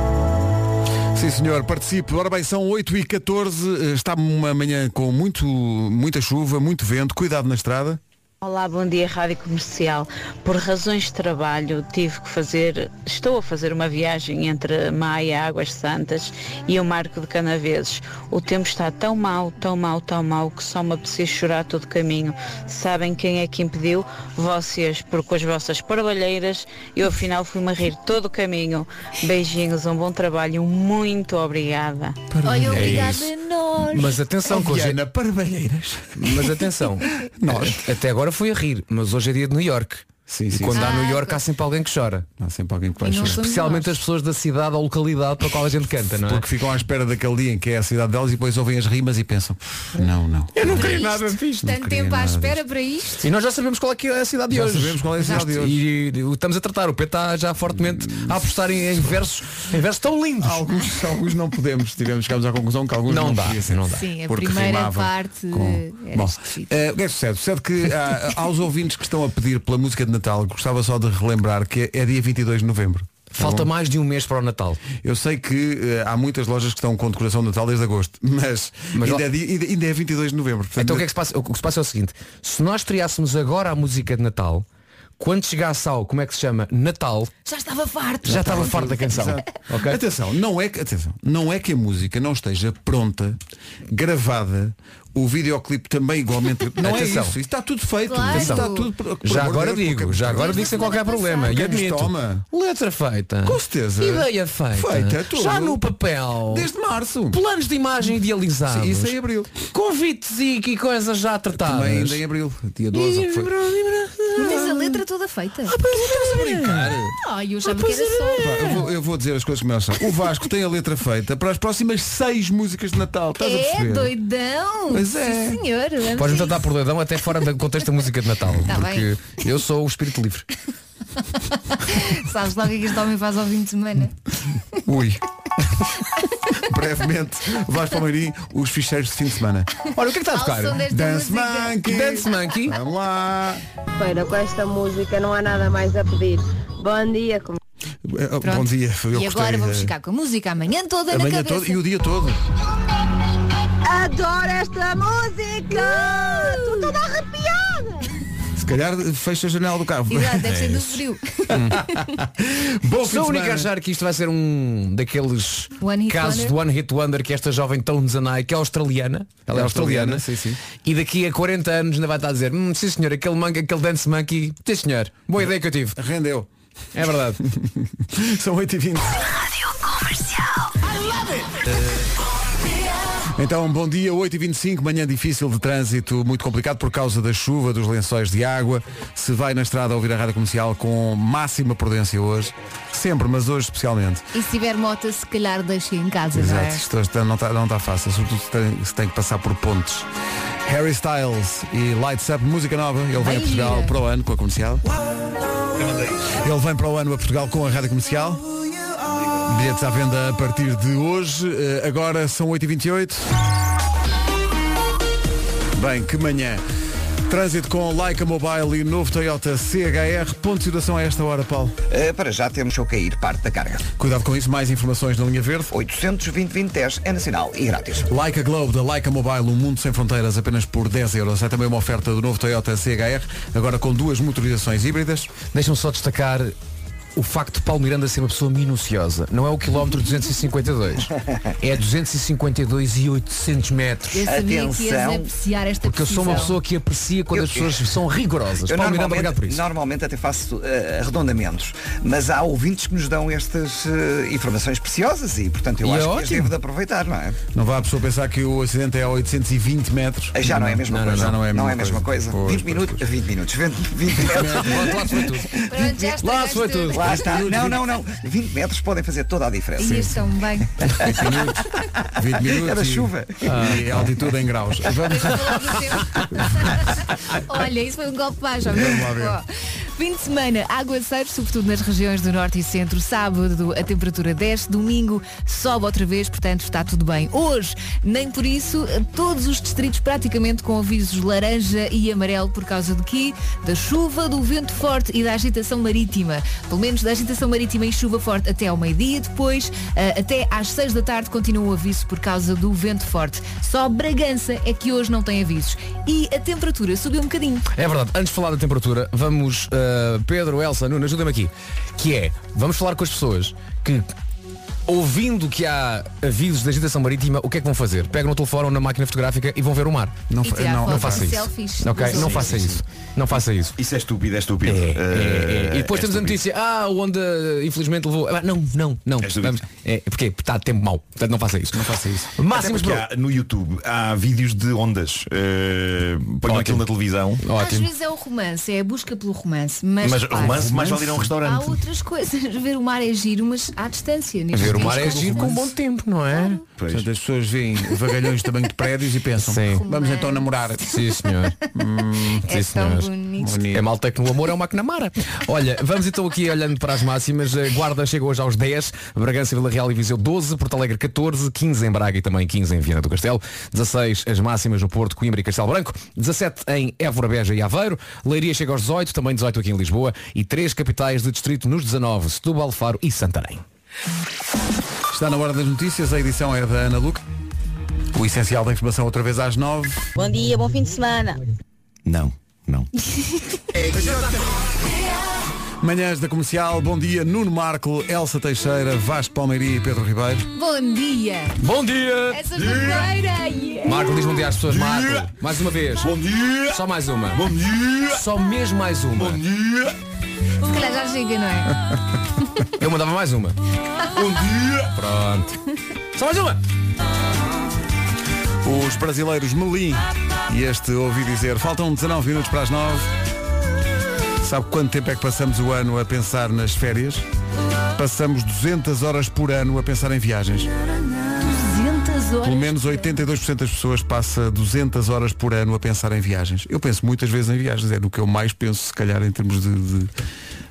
S3: Sim senhor, participe. Ora bem, são 8 e 14 está uma manhã com muito, muita chuva, muito vento, cuidado na estrada.
S13: Olá, bom dia Rádio Comercial. Por razões de trabalho tive que fazer, estou a fazer uma viagem entre Maia, Águas Santas e o Marco de Canaveses. O tempo está tão mau, tão mau, tão mau que só me apetecia chorar todo o caminho. Sabem quem é que impediu? Vocês, porque com as vossas parvalheiras eu afinal fui-me a rir todo o caminho. Beijinhos, um bom trabalho, muito obrigada.
S1: Olha,
S7: obrigada
S1: a nós.
S7: É
S1: É
S7: Mas atenção, que hoje... é-
S3: Diana Parvalheiras. <laughs>
S7: Mas atenção, nós. Até agora fui a rir, mas hoje é dia de New York.
S3: Sim,
S7: E quando há
S3: sim.
S7: New York há sempre alguém que chora.
S3: Há sempre alguém que vai
S7: Ah, E
S3: chorar.
S7: Especialmente as pessoas da cidade ou localidade para a qual a gente canta, não é?
S3: Porque ficam à espera daquele dia em que é a cidade delas e depois ouvem as rimas e pensam, não, não.
S7: Eu não
S1: queria
S7: nada disto.
S1: Tanto tempo à espera para isto.
S7: E nós já sabemos qual é, que é a cidade de
S3: Já
S7: hoje.
S3: sabemos qual é a cidade de hoje.
S7: E, e, e estamos a tratar. O P está já fortemente a apostar em, em versos, em versos tão lindos.
S3: Alguns, alguns não podemos. Tivemos, chegámos à conclusão que alguns não,
S7: Não dá,
S3: podia ser.
S7: não dá.
S1: Sim, a
S3: Porque
S1: primeira
S3: rimava.
S1: parte é
S3: Bom, eh, o que é que sucede? Sucede
S1: <laughs>
S3: que há, aos ouvintes que estão a pedir pela música de Natal, gostava só de relembrar que é, é dia 22 de novembro. tá
S7: Falta mais de um mês para o Natal.
S3: Eu sei que eh, há muitas lojas que estão com decoração de Natal desde agosto, <laughs> mas,
S7: Mas
S3: ainda,
S7: lá-
S3: é dia, ainda- ainda é 22 de novembro. Portanto,
S7: Então o que é que se passa? O que se passa é o seguinte, se nós criássemos agora a música de Natal, quando chegasse ao, como é que se chama? Natal,
S1: Já estava farto.
S7: já estava farto da canção. <laughs>
S3: Exato. Atenção, não é que, atenção, não é que a música não esteja pronta, gravada, o videoclipe também igualmente. Não
S7: <laughs>
S3: é
S7: Atenção.
S3: isso, isso está tudo feito.
S7: Claro.
S3: Isso está tudo, por- por amor
S7: Já
S3: de
S7: agora
S3: Deus,
S7: digo,
S3: porque-
S7: já agora digo sem qualquer problema. E
S3: Quem nos
S7: admito.
S3: Toma.
S7: Letra feita.
S3: Com certeza.
S7: Ideia feita.
S3: Feita, é tudo.
S7: Já no papel.
S3: Desde março.
S7: Planos de imagem idealizados.
S3: Sim, isso é em abril.
S7: Convites e, e coisas já tratadas.
S3: Também ainda em abril, dia 12. ou o que foi.
S1: Mas a letra toda feita. Ah,
S3: pois é.
S7: Então,
S3: Ah, estamos a brincar.
S1: Ai, eu achava que era
S3: é.
S1: só.
S3: Eu vou, eu vou dizer as coisas como elas são. O Vasco tem a letra feita para as próximas seis músicas de Natal. Estás a
S1: É
S3: perceber?
S1: doidão!
S3: Pois é.
S1: Sim, senhor. vamos
S7: Podes-me
S1: a
S7: tratar por doidão até fora do contexto da música de Natal.
S1: Tá
S7: porque eu sou o espírito livre.
S1: isso. <laughs> Sabes logo o que é que este homem faz ao fim de semana?
S3: Ui. <laughs> Brevemente, vais para o Meirim, os ficheiros de fim de semana.
S7: Olha, o que é que está
S3: a tocar? Dance Monkey.
S7: Dance Monkey.
S3: Vamos lá.
S15: Feira, com esta música não há nada mais a pedir. Bom dia. Com...
S3: Eh, oh, Bom
S1: Pronto.
S3: dia, eu
S1: e
S3: gostei.
S1: agora vamos
S3: eh,
S1: ficar com a música amanhã toda
S3: a
S1: na
S3: manhã
S1: cabeça.
S3: todo e o dia todo.
S5: Adoro esta música!
S1: Uh!
S5: Estou toda
S1: <laughs>
S5: arrepiada!
S3: Se calhar eh, fecha a janela do carro.
S1: Exato, deve ser do
S3: É.
S1: frio.
S3: Bom fim de
S7: Sou o único a
S3: semana.
S7: achar que isto vai ser um daqueles
S1: One Hit
S7: casos
S1: Wonder.
S7: do One Hit Wonder que esta jovem tão desanai, que é australiana. Ela é
S3: É
S7: australiana.
S3: australiana, sim, sim.
S7: E daqui a 40 anos ainda vai estar a dizer, hum, sim senhor, aquele, manga, aquele dance monkey, sim senhor, boa ideia que eu tive.
S3: Rendeu.
S7: É verdade.
S3: <laughs> São
S16: I
S3: 8h20.
S16: love it.
S3: Então, bom dia, 8h25, manhã difícil de trânsito, muito complicado por causa da chuva, dos lençóis de água. Se vai na estrada ouvir a rádio comercial com máxima prudência hoje, sempre, mas hoje especialmente.
S1: E se tiver moto, se calhar deixa em casa, não
S3: Exato,
S1: é?
S3: isto hoje não está não tá fácil, sobretudo se tem, se tem que passar por pontes. Harry Styles e Lights Up, música nova, ele vem
S1: Ai,
S3: a Portugal
S1: gira.
S3: para o ano com a comercial. Ele vem para o ano a Portugal com a rádio comercial. Bilhetes à venda a partir de hoje. Eh, Agora são 8h28. Bem, que manhã. Trânsito com Leica Mobile e novo Toyota CHR. Ponto de situação a esta hora, Paulo.
S4: Eh, para já temos eu cair parte da carga.
S3: Cuidado com isso, mais informações na linha verde.
S4: 820-2010 é nacional e grátis.
S3: Leica Globe da Leica Mobile, um mundo sem fronteiras apenas por 10 euros. É também uma oferta do novo Toyota CHR, agora com duas motorizações híbridas.
S7: Deixa-me só destacar o facto de Paulo Miranda ser uma pessoa minuciosa. Não é o
S3: <laughs>
S7: quilómetro 252. É 252 e 800 metros.
S1: Eu sabia que ias apreciar esta
S7: Porque eu sou uma
S1: precisão.
S7: pessoa que aprecia quando as pessoas são rigorosas.
S4: Eu
S7: Paulo Miranda,
S4: normalmente,
S7: obrigado por isso.
S4: normalmente até faço eh, arredondamentos, mas há ouvintes que nos dão estas eh, informações preciosas e, portanto, eu
S3: E é
S4: acho que as
S3: ótimo.
S4: devo de aproveitar, não é?
S3: Não vá a pessoa pensar que o acidente é a 820 metros.
S4: Já não é a mesma coisa.
S3: já não é a mesma
S4: coisa. 20 minutos, 20 minutos, 20, 20 metros.
S3: Lá- lá se foi tudo.
S1: Pronto, já
S4: Lá
S1: estragaste
S4: se foi tudo. Lá está.
S3: Minutos,
S4: Não,
S3: vinte-
S4: não, não. 20 metros podem fazer toda a diferença.
S1: E estão bem.
S3: 20 minutos.
S4: Era
S3: e-
S4: chuva.
S3: E é altitude
S4: <laughs>
S3: em graus. Vamos,
S1: Olha, isso foi um golpe baixo.
S3: Vamos lá ver.
S1: Ó. Fim de semana, aguaceiros, sobretudo nas regiões do norte e centro. Sábado, a temperatura desce. Domingo, sobe outra vez, portanto está tudo bem. Hoje, nem por isso, todos os distritos praticamente com avisos laranja e amarelo por causa de quê? Da chuva, do vento forte e da agitação marítima. Pelo menos da agitação marítima e chuva forte até ao meio-dia. Depois, eh, até às seis da tarde, continua o aviso por causa do vento forte. Só Bragança é que hoje não tem avisos. E a temperatura subiu um bocadinho.
S7: É verdade, antes de falar da temperatura, vamos, uh, Pedro, Elsa, Nuno, ajudem-me aqui. Que é, vamos falar com as pessoas que, ouvindo que há avisos de agitação marítima, o que é que vão fazer? Pegam no telefone ou na máquina fotográfica e vão ver o mar. Não,
S1: E fa- tirar não, fotos
S7: não faça
S1: e
S7: isso.
S1: selfies
S7: Ok,
S1: dos
S7: não
S1: outros.
S7: faça isso. Não faça isso.
S17: Isso é estúpido, é estúpido.
S7: É, é. E depois
S17: É
S7: temos a
S17: estúpido.
S7: notícia, ah, o onda infelizmente levou. Ah, Não, não, não. Vamos- É, porque está tempo mau. Portanto, não faça isso. Não faça isso.
S17: Até
S7: Máximos
S17: porque
S7: para.
S17: há, no YouTube há vídeos de ondas. Eh, Ponham aquilo na televisão.
S1: Às vezes é o romance, é a busca pelo romance. Mas,
S17: Mas
S1: repara,
S17: romance, mais vale ir a um restaurante.
S1: Há outras coisas. <laughs> Ver o mar é giro, mas à distância. neste
S7: Ver o
S1: país,
S7: mar é
S1: como-
S7: giro com um bom tempo, não é?
S3: portanto, as pessoas veem vagalhões também de prédios e pensam, vamos então namorar. Hum,
S7: Sim, senhor.
S1: É tão bonito.
S7: É malta que no amor é uma McNamara. Olha, vamos então aqui olhando para as máximas. Eh, Guarda chega hoje aos 10, Bragança, Vila Real e Viseu 12, Porto Alegre 14, 15 em Braga e também 15 em Viana do Castelo, 16 as máximas no Porto, Coimbra e Castelo Branco, 17 em Évora, Beja e Aveiro, Leiria chega aos 18, também 18 aqui em Lisboa e três capitais de distrito nos 19, Setúbal, Faro e Santarém.
S3: Está na hora das notícias, a edição é da Ana Luca. O essencial da informação outra vez às 9.
S13: Bom dia, bom fim de semana.
S3: Não, não. Manhãs da Comercial, bom dia, Nuno Marco, Elsa Teixeira, Vasco Palmeiri e Pedro Ribeiro.
S1: Bom dia.
S7: Bom dia!
S1: Essa feira.
S7: Marco diz bom dia às pessoas, Marco. Mais uma vez. Bom dia. Só mais uma. Bom dia. Só mesmo mais uma. Bom dia.
S1: Se calhar já chega, não é?
S7: Eu mandava mais uma. Bom dia. Pronto. Só mais uma.
S3: Os brasileiros Melim e este ouvi dizer, faltam 19 minutos para as 9. Sabe quanto tempo é que passamos o ano a pensar nas férias? Passamos 200 horas por ano a pensar em viagens.
S17: Uh,
S1: 200 horas.
S3: Pelo menos 82% das pessoas passa 200 horas por ano a pensar em viagens. Eu penso muitas vezes em viagens, é no que eu mais penso, se calhar, em termos de, de-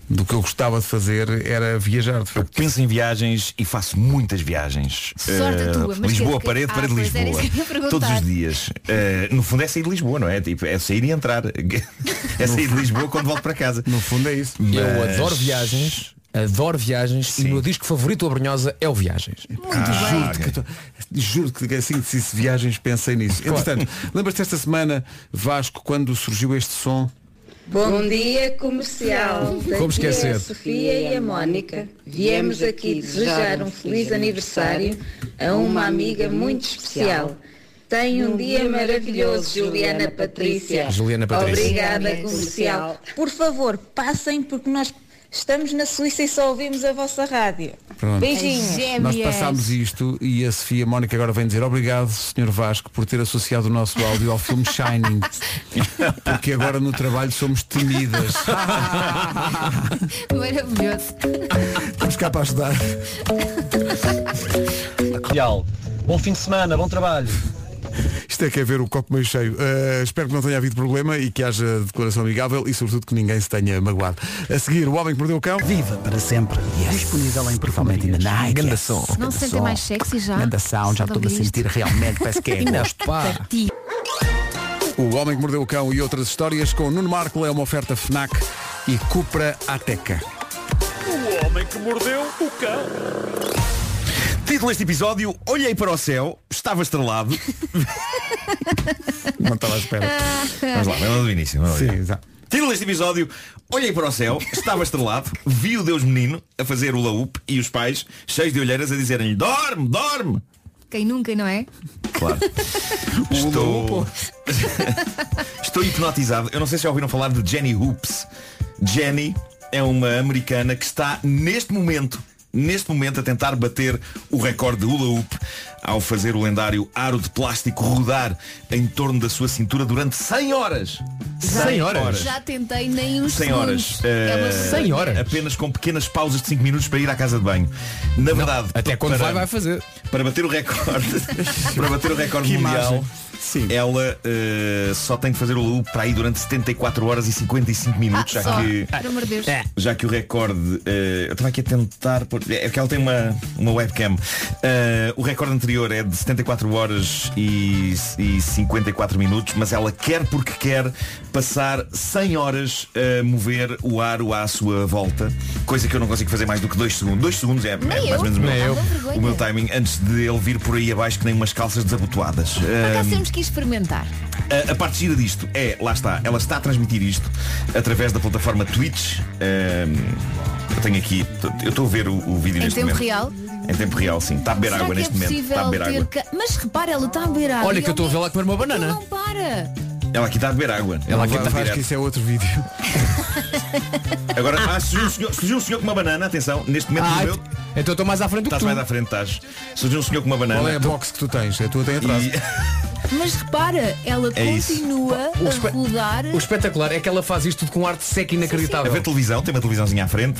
S3: do que eu gostava de fazer, era viajar. De facto.
S17: Penso em viagens e faço muitas viagens.
S3: Sorte a
S17: Eh,
S3: tua,
S17: Lisboa,
S3: mas quer dizer-
S17: parede,
S3: Ah,
S17: parede,
S3: pois era
S17: Lisboa.
S3: isso que eu ia perguntar.
S17: Todos os dias. Eh, no fundo é sair de Lisboa, não é? Tipo, é sair e entrar. <laughs> É sair de Lisboa quando volto para casa.
S3: No fundo é isso.
S7: Eu adoro viagens. Adoro viagens e o meu disco favorito a Brunhosa é o Viagens.
S3: Muito juro que, tô- juro que assim que disse viagens pensei nisso. <laughs> Entretanto, lembras-te esta semana, Vasco, quando surgiu este som?
S18: Bom dia comercial.
S3: Como
S18: Daqui É
S3: esquecer?
S18: a Sofia e a Mónica. Viemos aqui desejar um feliz aniversário a uma amiga muito especial. Tenha um dia maravilhoso, Juliana Patrícia.
S7: Juliana Patrícia.
S18: Obrigada, comercial.
S19: Por favor, passem porque nós estamos na Suíça e só ouvimos a vossa rádio.
S3: Pronto.
S19: Beijinhos.
S3: Nós passámos isto e a Sofia Mónica agora vem dizer obrigado, Sr. Vasco, por ter associado o nosso áudio ao filme <laughs> Shining. Porque agora no trabalho somos temidas.
S1: <laughs> Maravilhoso.
S3: Estamos cá para ajudar.
S12: Real. Bom fim de semana, bom trabalho.
S3: Isto é que é ver o copo meio cheio. Uh, espero que não tenha havido problema e que haja declaração amigável e sobretudo que ninguém se tenha magoado. A seguir, o homem que mordeu o cão. Viva para sempre. Disponível em perfumamente ainda Nike. Ganda som.
S1: Não se sentem mais sexy já?
S3: é
S1: <laughs>
S3: O Homem que Mordeu o Cão e outras histórias com Nuno Marco é uma oferta FNAC e Cupra Ateca.
S20: O homem que mordeu o cão.
S17: Título deste episódio, olhei para o céu, estava estrelado.
S3: <laughs> não estava à espera.
S1: Ah.
S17: Vamos lá, vamos do início. Vamos
S3: Sim,
S17: lá. Título deste episódio, olhei para o céu, estava estrelado, vi o Deus menino a fazer o laúpe e os pais, cheios de olheiras, a dizerem-lhe, dorme, dorme.
S1: Quem nunca, não é?
S17: Claro. Estou... <laughs> Estou hipnotizado. Eu não sei se já ouviram falar de Jenny Hoops. Jenny é uma americana que está neste momento, neste momento, a tentar bater o recorde de Hula Hoop ao fazer o lendário aro de plástico rodar em torno da sua cintura durante 100 horas. 100 horas.
S1: Já tentei nem uns
S17: 100 horas. Eh,
S1: segundos. É uma-
S17: Apenas com pequenas pausas de 5 minutos para ir à casa de banho. Na verdade, até
S7: quando vai, vai fazer.
S17: Para bater o recorde,
S7: <laughs>
S17: para bater o recorde
S7: Que
S17: mundial,
S7: imagem.
S17: ela eh, só tem que fazer o loop para aí durante 74 horas e 55 minutos, já
S1: Ah, Só,
S17: que
S1: pelo amor de Deus.
S7: É.
S17: já que o recorde eh, eu estava aqui a tentar pôr- é que ela tem uma, uma webcam Eh, o recorde anterior é de 74 horas e, e 54 minutos mas ela quer porque quer passar 100 horas a mover o aro à sua volta coisa que eu não consigo fazer mais do que 2 segundos 2 segundos é, é
S1: Nem
S17: mais
S1: eu.
S17: ou menos o meu,
S1: Nem eu. Vergonha.
S17: o meu timing antes de ele vir por aí abaixo que nem umas calças desabotoadas
S1: Por
S17: Eh,
S1: acaso temos que experimentar.
S17: a, a parte gira disto é, lá está, ela está a transmitir isto através da plataforma Twitch. Ahm, eu tenho aqui, eu estou a ver o, o vídeo
S1: Em
S17: neste
S1: tempo
S17: momento.
S1: real?
S17: Em tempo real, sim. Está a beber
S1: Será
S17: água
S1: que é
S17: neste momento. Está a
S1: possível
S17: beber
S1: ter Ah,
S17: água.
S1: ca- Mas repara, ela está a beber água.
S17: Olha que eu estou a vê-la
S1: a comer uma banana. Não para.
S17: Ela aqui está a beber água.
S3: Ela
S17: Ela
S3: aqui
S17: aqui
S3: está
S17: a
S3: que isso é outro vídeo.
S17: Agora, ah, surgiu, um senhor, surgiu um senhor com uma banana, atenção, neste momento
S7: Ah,
S17: no meu.
S7: Então estou mais à frente do que
S17: Estás
S7: tu.
S17: mais à frente, estás. Surgiu um senhor com uma banana.
S3: Qual é a box que tu tens? A tua tem atrás.
S1: Mas repara, ela
S17: É isso.
S1: continua
S7: O
S1: a
S7: espe-
S1: rodar.
S7: O espetacular é que ela faz isto tudo com arte seca
S17: A
S7: inacreditável.
S17: ver televisão, tem uma televisãozinha à frente.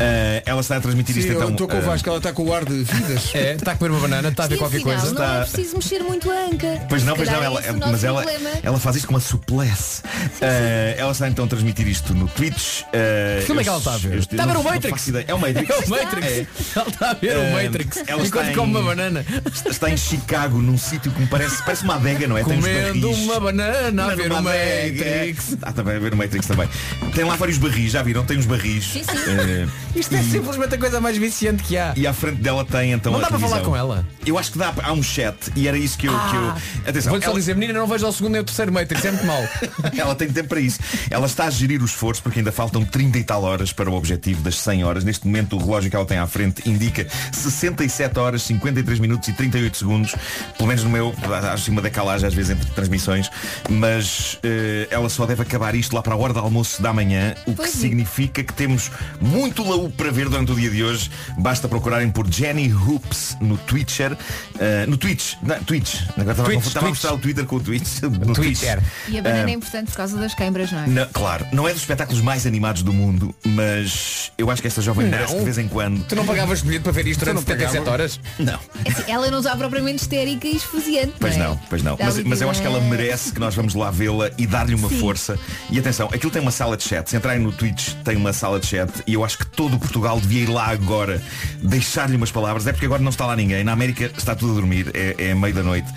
S17: Ah, ela está a transmitir
S3: Sim,
S17: isto
S3: eu
S17: então.
S3: estou com o
S17: ah,
S3: Vasco, ela está com o ar de vidas.
S7: <laughs> É, está a comer uma banana, está a
S1: E afinal, não é preciso mexer muito a anca.
S17: Pois não,
S1: Se
S17: pois não,
S1: calhar
S17: ela,
S1: é esse o
S17: mas
S1: nosso
S17: ela,
S1: problema.
S17: ela faz isto com uma suplesse. Eh, ela está então a transmitir isto no Twitch. eh,
S7: Que filme é que ela está a ver? Está a ver o Matrix?
S17: É o Matrix.
S7: É o Matrix. Ela está a ver o
S17: Eh,
S7: Matrix.
S17: ela
S7: Enquanto
S17: está
S7: come
S17: em-
S7: uma banana.
S17: Está em Chicago, num sítio que me parece, parece uma adega, não é? Tem uns
S7: Comendo
S17: barris.
S7: uma banana a
S17: Não,
S7: ver o
S17: numa adega.
S7: Matrix.
S17: Ah, também a ver o Matrix também. Tem lá vários barris, já viram? Tem uns barris.
S7: Sim, sim.
S17: Eh,
S7: Isto é simplesmente a coisa mais viciante que há.
S17: e à frente dela tem então
S7: Não
S17: a
S7: dá para falar
S17: televisão.
S7: com ela?
S17: Eu acho que dá, há um chat e era isso que eu. que
S7: Ah.
S17: eu- Atenção,
S7: Vou-lhe só
S17: ela-
S7: dizer, menina, não vejo ao segundo nem ao terceiro Matrix, é muito mau.
S17: <laughs> Ela tem tempo para isso. Ela está a gerir o esforço porque ainda faltam 30 e tal horas para o objetivo das 100 horas. Neste momento, o relógio que ela tem à frente indica 67 horas, 53 minutos e 38 segundos. Pelo menos no meu, acho que uma daquela decalagem às vezes entre transmissões, mas eh, ela só deve acabar isto lá para a hora do almoço da manhã, o
S21: Pois
S17: que
S21: é.
S17: significa que temos muito laú para ver durante o dia de hoje. Basta procurarem por Jenny Hoops no Twitcher. eh, no Twitch, na, Twitch. Agora estava a confundir-
S7: Twitch,
S17: estava a
S7: Twitch.
S17: mostrar o Twitter com o <laughs> Twitch. No
S7: Twitter.
S1: E a
S17: Ah,
S1: banana é importante por causa das queimbras, não é?
S17: não, Ah, claro, não é dos espetáculos mais animados do mundo, mas eu acho que esta jovem
S7: Não.
S17: merece de vez em quando.
S7: Tu não pagavas bilhete para ver isto durante 77 horas?
S17: Não.
S1: É assim, ela não está propriamente histérica e esfuziante.
S17: Pois
S1: não, é?
S17: não, pois não.
S1: Dá
S17: Mas,
S1: ali
S17: mas eu
S1: de-
S17: acho que ela merece que nós vamos lá vê-la e dar-lhe uma
S1: Sim.
S17: força. E atenção, aquilo tem uma sala de chat. Se entrarem no Twitch, tem uma sala de chat e eu acho que todo o Portugal devia ir lá agora deixar-lhe umas palavras. É porque agora não está lá ninguém. Na América está tudo a dormir, é, é meio da noite.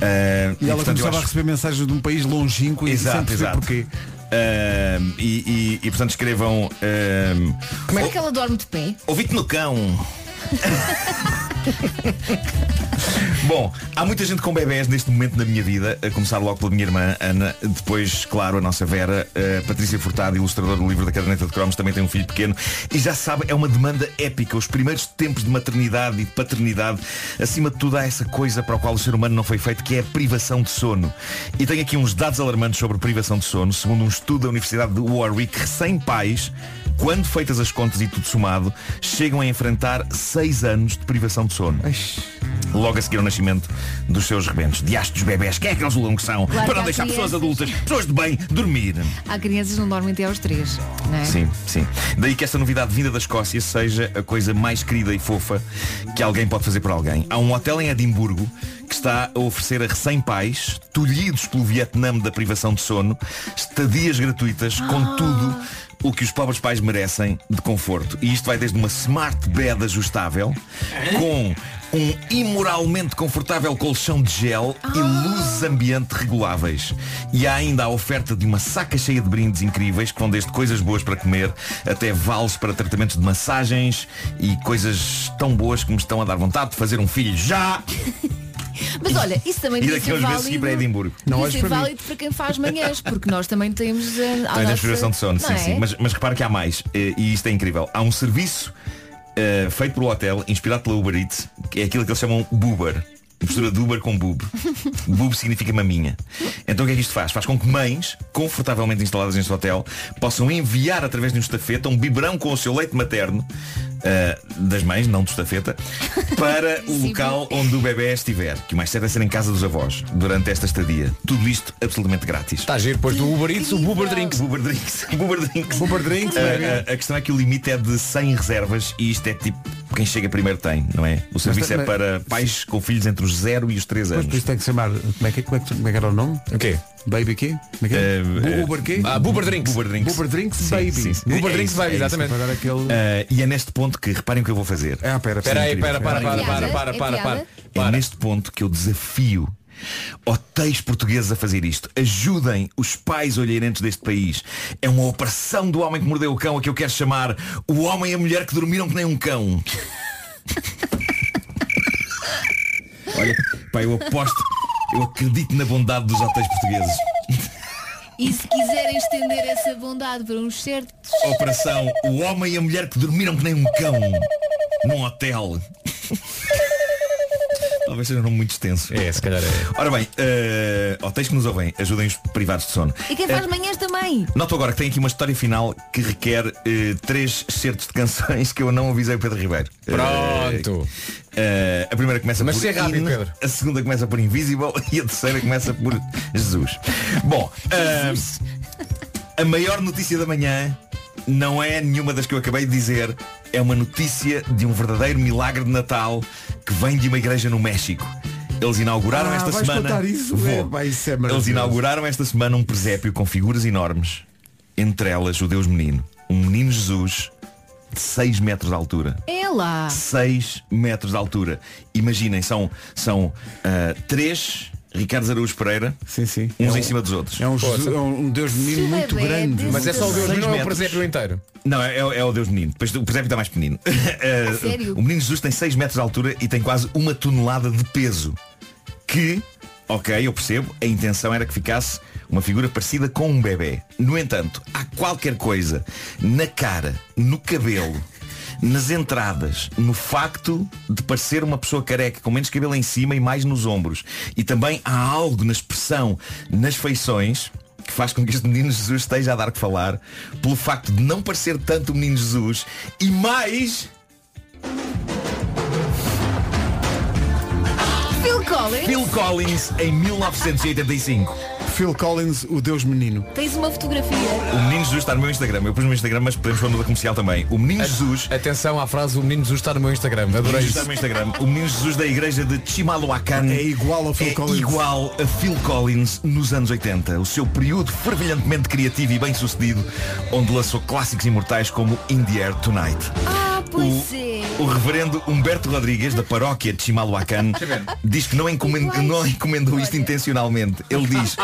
S17: Ah,
S3: E ela
S17: portanto, eu
S3: começava a
S17: acho-
S3: receber mensagens de um país longínquo e sem
S17: Exato,
S3: perceber
S17: exato.
S3: porquê.
S17: Ah, e, e- e, portanto escrevam ah,
S1: Como é que ela dorme de pé?
S17: Ouvi-te no cão. <laughs> Bom, há muita gente com bebés neste momento na minha vida, a começar logo pela minha irmã Ana, depois, claro, a nossa Vera, a Patrícia Furtado, ilustradora do livro da Caderneta de Cromos, também tem um filho pequeno e já se sabe, é uma demanda épica. Os primeiros tempos de maternidade e de paternidade, acima de tudo, há essa coisa para a qual o ser humano não foi feito, que é a privação de sono. E tenho aqui uns dados alarmantes sobre privação de sono, segundo um estudo da Universidade de Warwick, recém pais, quando feitas as contas e tudo somado, chegam a enfrentar seis anos de privação de sono. Logo a seguir ao nascimento dos seus rebentos. Diastos bebés, quem é que eles julgam que são?
S1: Claro
S17: para
S1: que há
S17: não deixar
S1: crianças.
S17: pessoas adultas, pessoas de bem, dormir.
S1: Há crianças que não dormem até aos três, não é?
S17: Sim, sim. Daí que esta novidade vinda da Escócia seja a coisa mais querida e fofa que alguém pode fazer por alguém. Há um hotel em Edimburgo que está a oferecer a recém-pais, tolhidos pelo Vietnã da privação de sono, estadias gratuitas,
S1: Ah.
S17: com tudo o que os pobres pais merecem de conforto. E isto vai desde uma smart bed ajustável, com um imoralmente confortável colchão de gel
S1: Ah.
S17: e luzes ambiente reguláveis. E há ainda a oferta de uma saca cheia de brindes incríveis, que vão desde coisas boas para comer até vales para tratamentos de massagens e coisas tão boas que me estão a dar vontade de fazer um filho já
S1: Mas olha, isso também
S17: e
S1: devia
S17: daqui a
S1: ser
S17: uns meses ir para
S1: válido.
S17: Edimburgo.
S1: Não ser válido para quem faz manhãs, porque nós também temos eh, a
S17: Também
S1: nossa-
S17: tens privação de sono,
S1: Não
S17: sim,
S1: é?
S17: sim. Mas, mas repara que há mais, eh, e isto é incrível. Há um serviço eh, feito pelo hotel, inspirado pela Uber Eats, que é aquilo que eles chamam Buber. Mistura de Uber
S1: <laughs>
S17: com Bub. Bub significa maminha. Então o que é que isto faz? Faz com que mães, confortavelmente instaladas neste hotel, possam enviar através de um estafeta um biberão com o seu leite materno, eh, das mães, não
S1: <laughs>
S17: de estafeta, para o local onde o bebê estiver. Que o mais certo é ser em casa dos avós, durante esta estadia. Tudo isto absolutamente grátis. Está
S7: a giro, depois do Uber Eats, o Uber Drinks. Ah,
S17: Uber Drinks. Uber Drinks.
S3: Uber Drinks,
S17: A, a- a questão é que o limite é de 100 reservas e isto é tipo quem chega primeiro tem, não é? O serviço
S3: tem-
S17: é para pais com filhos entre os 0 e os 3
S3: tá, Pois,
S17: anos.
S3: por isso tem que se chamar. Como é que, como é que, como é que era o nome?
S17: O quê?
S3: Baby quê? Como é que é?
S17: Eh, eh,
S3: Uber quê?
S17: ah, Buber Drinks.
S3: Buber Drinks. Buber Drinks Baby.
S17: É isso, é isso.
S3: Agora aquele...
S17: Ah, e é neste ponto que reparem o que eu vou fazer.
S3: Ah, pera,
S7: Espera aí, pera, para, para, para, para,
S17: É
S7: para, para.
S17: É neste ponto que eu desafio hotéis portugueses a fazer isto. Ajudem os pais olheirantes deste país. É uma operação do homem que mordeu o cão, a que eu quero chamar o homem e a mulher que dormiram que nem um cão. <laughs> Olha, pá, eu aposto, eu acredito na bondade dos hotéis portugueses.
S1: E se quiserem estender essa bondade para uns certos.
S17: Operação O Homem e a Mulher que Dormiram que nem um cão num hotel. <laughs> Talvez seja um nome muito extenso. É, se calhar é. Ora bem, eh, hotéis que nos ouvem, ajudem os privados de sono.
S1: E quem
S17: É.
S1: faz manhãs também.
S17: Noto agora que tem aqui uma história final que requer eh, três certos de canções que eu não avisei o Pedro Ribeiro.
S7: Pronto.
S17: Eh, a primeira começa
S7: Mas
S17: por
S7: se é rápido,
S17: In,
S7: Pedro.
S17: A segunda começa por Invisible <laughs> e a terceira começa por Jesus. Bom, eh, a maior notícia da manhã não é nenhuma das que eu acabei de dizer. É uma notícia de um verdadeiro milagre de Natal que vem de uma igreja no México. Eles inauguraram
S3: Ah,
S17: esta
S3: vais
S17: semana.
S3: contar isso?
S17: Vou.
S3: É, pá, isso é
S17: Eles
S3: maravilhoso.
S17: inauguraram esta semana um presépio com figuras enormes, entre elas o Deus Menino, um menino Jesus de 6 metros de altura.
S1: É lá.
S17: 6 metros de altura. Imaginem, são, são ah, três Ricardo Araújo Pereira, uns em cima dos outros.
S3: É um, Jesus- é um Deus menino muito grande.
S17: Mas é só o então, Deus Menino ou é o presépio
S7: inteiro?
S17: Não, é, é o Deus Menino. Depois, o presépio está mais pequenino. <laughs> Eh,
S1: sério?
S17: O Menino Jesus tem 6 metros de altura e tem quase uma tonelada de peso. Que, ok, eu percebo, a intenção era que ficasse uma figura parecida com um bebê. No entanto, há qualquer coisa na cara, no cabelo, nas entradas, no facto de parecer uma pessoa careca, com menos cabelo em cima e mais nos ombros. E também há algo na expressão, nas feições, que faz com que este menino Jesus esteja a dar que falar, pelo facto de não parecer tanto o menino Jesus e mais
S1: Phil Collins.
S17: Phil Collins em 1985.
S3: Phil Collins, o Deus Menino.
S1: Tens uma fotografia.
S17: O Menino Jesus está no meu Instagram. Eu pus no meu Instagram, mas podemos pôr no da comercial também. O Menino Jesus.
S7: Atenção à frase, o Menino Jesus está no meu Instagram.
S17: O Menino
S7: Adorei
S17: Jesus
S7: isso.
S17: está no meu Instagram. O Menino Jesus da igreja de Chimalhuacan.
S7: É igual a Phil
S17: é
S7: Collins.
S17: igual a Phil Collins nos anos 80. O seu período fervilhantemente criativo e bem sucedido, onde lançou clássicos imortais como In the Air Tonight.
S1: Ah, pois é.
S17: O reverendo Humberto Rodrigues, da paróquia de Chimalhuacan, diz que não, encomen- não encomendou isto intencionalmente. Ele diz,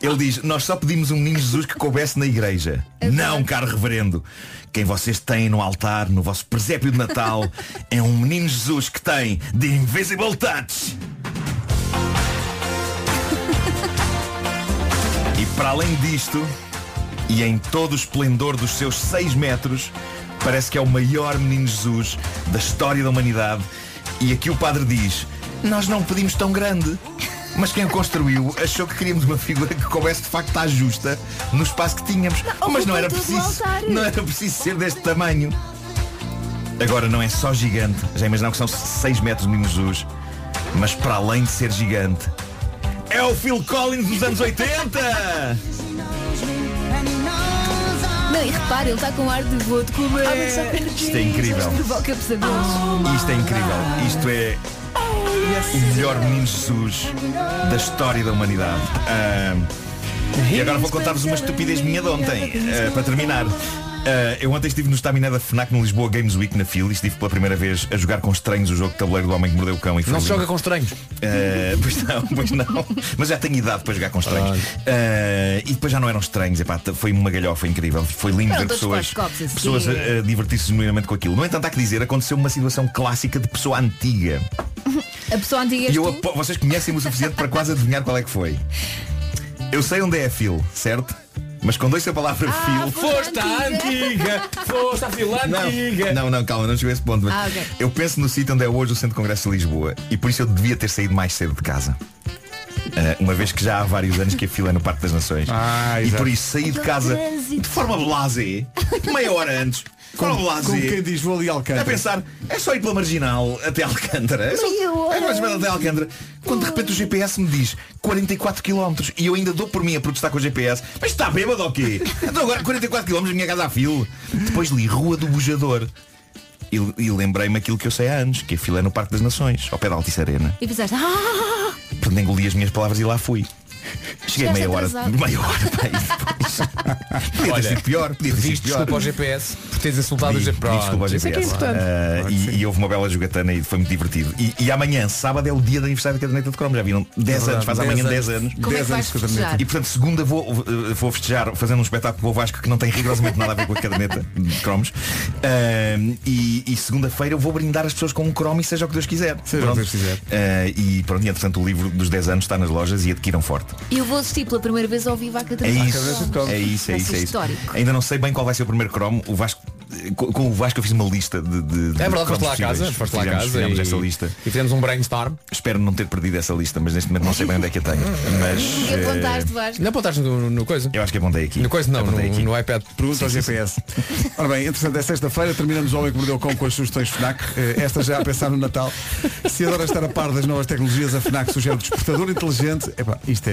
S17: ele diz, nós só pedimos um menino Jesus que coubesse na igreja. Não, caro reverendo. Quem vocês têm no altar, no vosso presépio de Natal, é um menino Jesus que tem The Invisible Touch. E para além disto, e em todo o esplendor dos seus 6 metros, parece que é o maior menino Jesus da história da humanidade. E aqui o padre diz, nós não o pedimos tão grande. Mas quem o construiu achou que queríamos uma figura que coubesse de facto à justa no espaço que tínhamos. Mas não era
S1: todo o
S17: preciso.
S1: altar.
S17: Não era preciso ser deste tamanho. Agora não é só gigante, já imaginam que são 6 metros de menino Jesus, mas para além de ser gigante, é o Phil Collins dos anos 80!
S1: Não, e repara, ele está com ar de vou te comer.
S17: Ah, mas só quando Isto é incrível.
S1: Isto provoca pesadelos.
S17: Isto é incrível. Isto é o melhor menino Jesus da história da humanidade. Ah, e agora vou contar-vos uma estupidez minha de ontem, ah, para terminar. Ah, eu ontem estive no Stamina da FNAC no Lisboa Games Week na fila e estive pela primeira vez a jogar com estranhos o jogo de tabuleiro do Homem que Mordeu o Cão e foi
S7: Não se
S17: lindo.
S7: joga com estranhos.
S17: Eh, pois não, <laughs> pois não. Mas já tenho idade para jogar com estranhos. Eh, e depois já não eram estranhos. Epá, t- foi uma galhofa incrível. Foi lindo
S21: Eram
S17: ver
S21: todos
S17: pessoas,
S21: quatro copos, assim.
S17: pessoas a, a divertir-se genuinamente com aquilo. No entanto, há que dizer, aconteceu uma situação clássica de pessoa antiga.
S1: A pessoa antiga és
S17: E eu,
S1: tu?
S17: apo- vocês conhecem-me o suficiente para quase adivinhar qual é que foi. Eu sei onde é a Phil, certo? Mas quando ouço a palavra Phil.
S7: Foste à Ah, antiga. Foste à fila antiga.
S17: Não, não, calma, não chegou a esse ponto. mas
S7: Ah, ok.
S17: Eu penso no sítio onde é hoje o Centro de Congresso de Lisboa e por isso eu devia ter saído mais cedo de casa. Ah, uma vez que já há vários anos que a fila é no Parque das Nações.
S5: Ah,
S17: e
S3: exato.
S17: por isso saí
S7: Então
S17: de
S7: é.
S17: casa de forma blasé, meia hora antes. de forma
S3: Como-
S17: blasé,
S3: como quem diz, vou ali a Alcântara.
S17: A pensar, é só ir pela marginal até Alcântara. É, só,
S3: Meia
S17: é mais ou menos até Alcântara. Quando de repente o GPS me diz 44 km e eu ainda dou por mim a protestar com o GPS. Mas está bêbado ou quê? Então agora 44 km minha casa a fila. Depois li Rua do Bujador. E, e lembrei-me aquilo que eu sei há anos, que a fila é no Parque das Nações, ao pé da Altice Arena.
S1: E fizeste. "Ah!"
S17: Portanto, engoli as minhas palavras e lá fui. Cheguei
S1: Chegaste
S17: meia hora,
S1: atrasado.
S17: meia hora para
S3: <laughs>
S17: depois. Podia ter sido pior, podia ter sido
S7: pediste
S17: pior.
S7: desculpa ao GPS por teres insultado o
S17: Pedi-
S7: GPS.
S17: pedi desculpa ao
S7: Isso é que é
S17: GPS.
S7: importante.
S17: Ah, e, e houve uma bela jogatana e foi muito divertido. E, e amanhã, sábado, é o dia do aniversário da caderneta de cromo. Já viram? 10
S3: É verdade,
S17: anos, faz
S3: 10
S17: amanhã
S3: anos.
S17: 10 anos.
S3: Como é que
S17: 10
S3: vais
S17: anos de caderneta.
S3: festejar?
S17: E portanto, segunda vou, eh, vou festejar fazendo um espetáculo com o Vasco que não tem rigorosamente nada a ver com a caderneta <laughs> de cromos. Ah, e e segunda-feira eu vou brindar as pessoas com um cromo e seja o que Deus quiser.
S3: Seja o que Deus quiser.
S17: Ah, e pronto, e entretanto o livro dos 10 anos está nas lojas e adquiram forte.
S1: E eu vou assistir pela primeira vez ao vivo à
S17: É
S1: Catarina.
S17: isso, é isso, é
S1: Vai
S17: isso,
S1: ser
S17: é isso.
S1: histórico.
S17: Ainda não sei bem qual vai ser o primeiro cromo. O Vasco, com, com o Vasco eu fiz uma lista de. de de
S7: É verdade,
S17: cromos
S7: foste lá à
S17: possíveis.
S7: casa, foste lá à
S17: Fizemos-
S7: casa
S17: Fizemos
S7: e-
S17: essa lista.
S7: E fizemos um brainstorm.
S17: Espero não ter perdido essa lista, mas neste momento não sei bem onde é que a tenho. Mas.
S1: E apontaste,
S17: eh,
S1: Vasco.
S7: Não apontaste no, no coisa?
S17: Eu acho que apontei aqui.
S7: No coisa não, no,
S17: Apontei aqui.
S7: no iPad.
S3: Pergunta ao GPS. Ora bem, entretanto, é sexta-feira, terminamos o Homem que Mordeu o Cão com as sugestões FNAC. Eh, Esta já a pensar no Natal. Se adora estar a par das novas tecnologias, a FNAC sugere o despertador inteligente. Epá, isto é.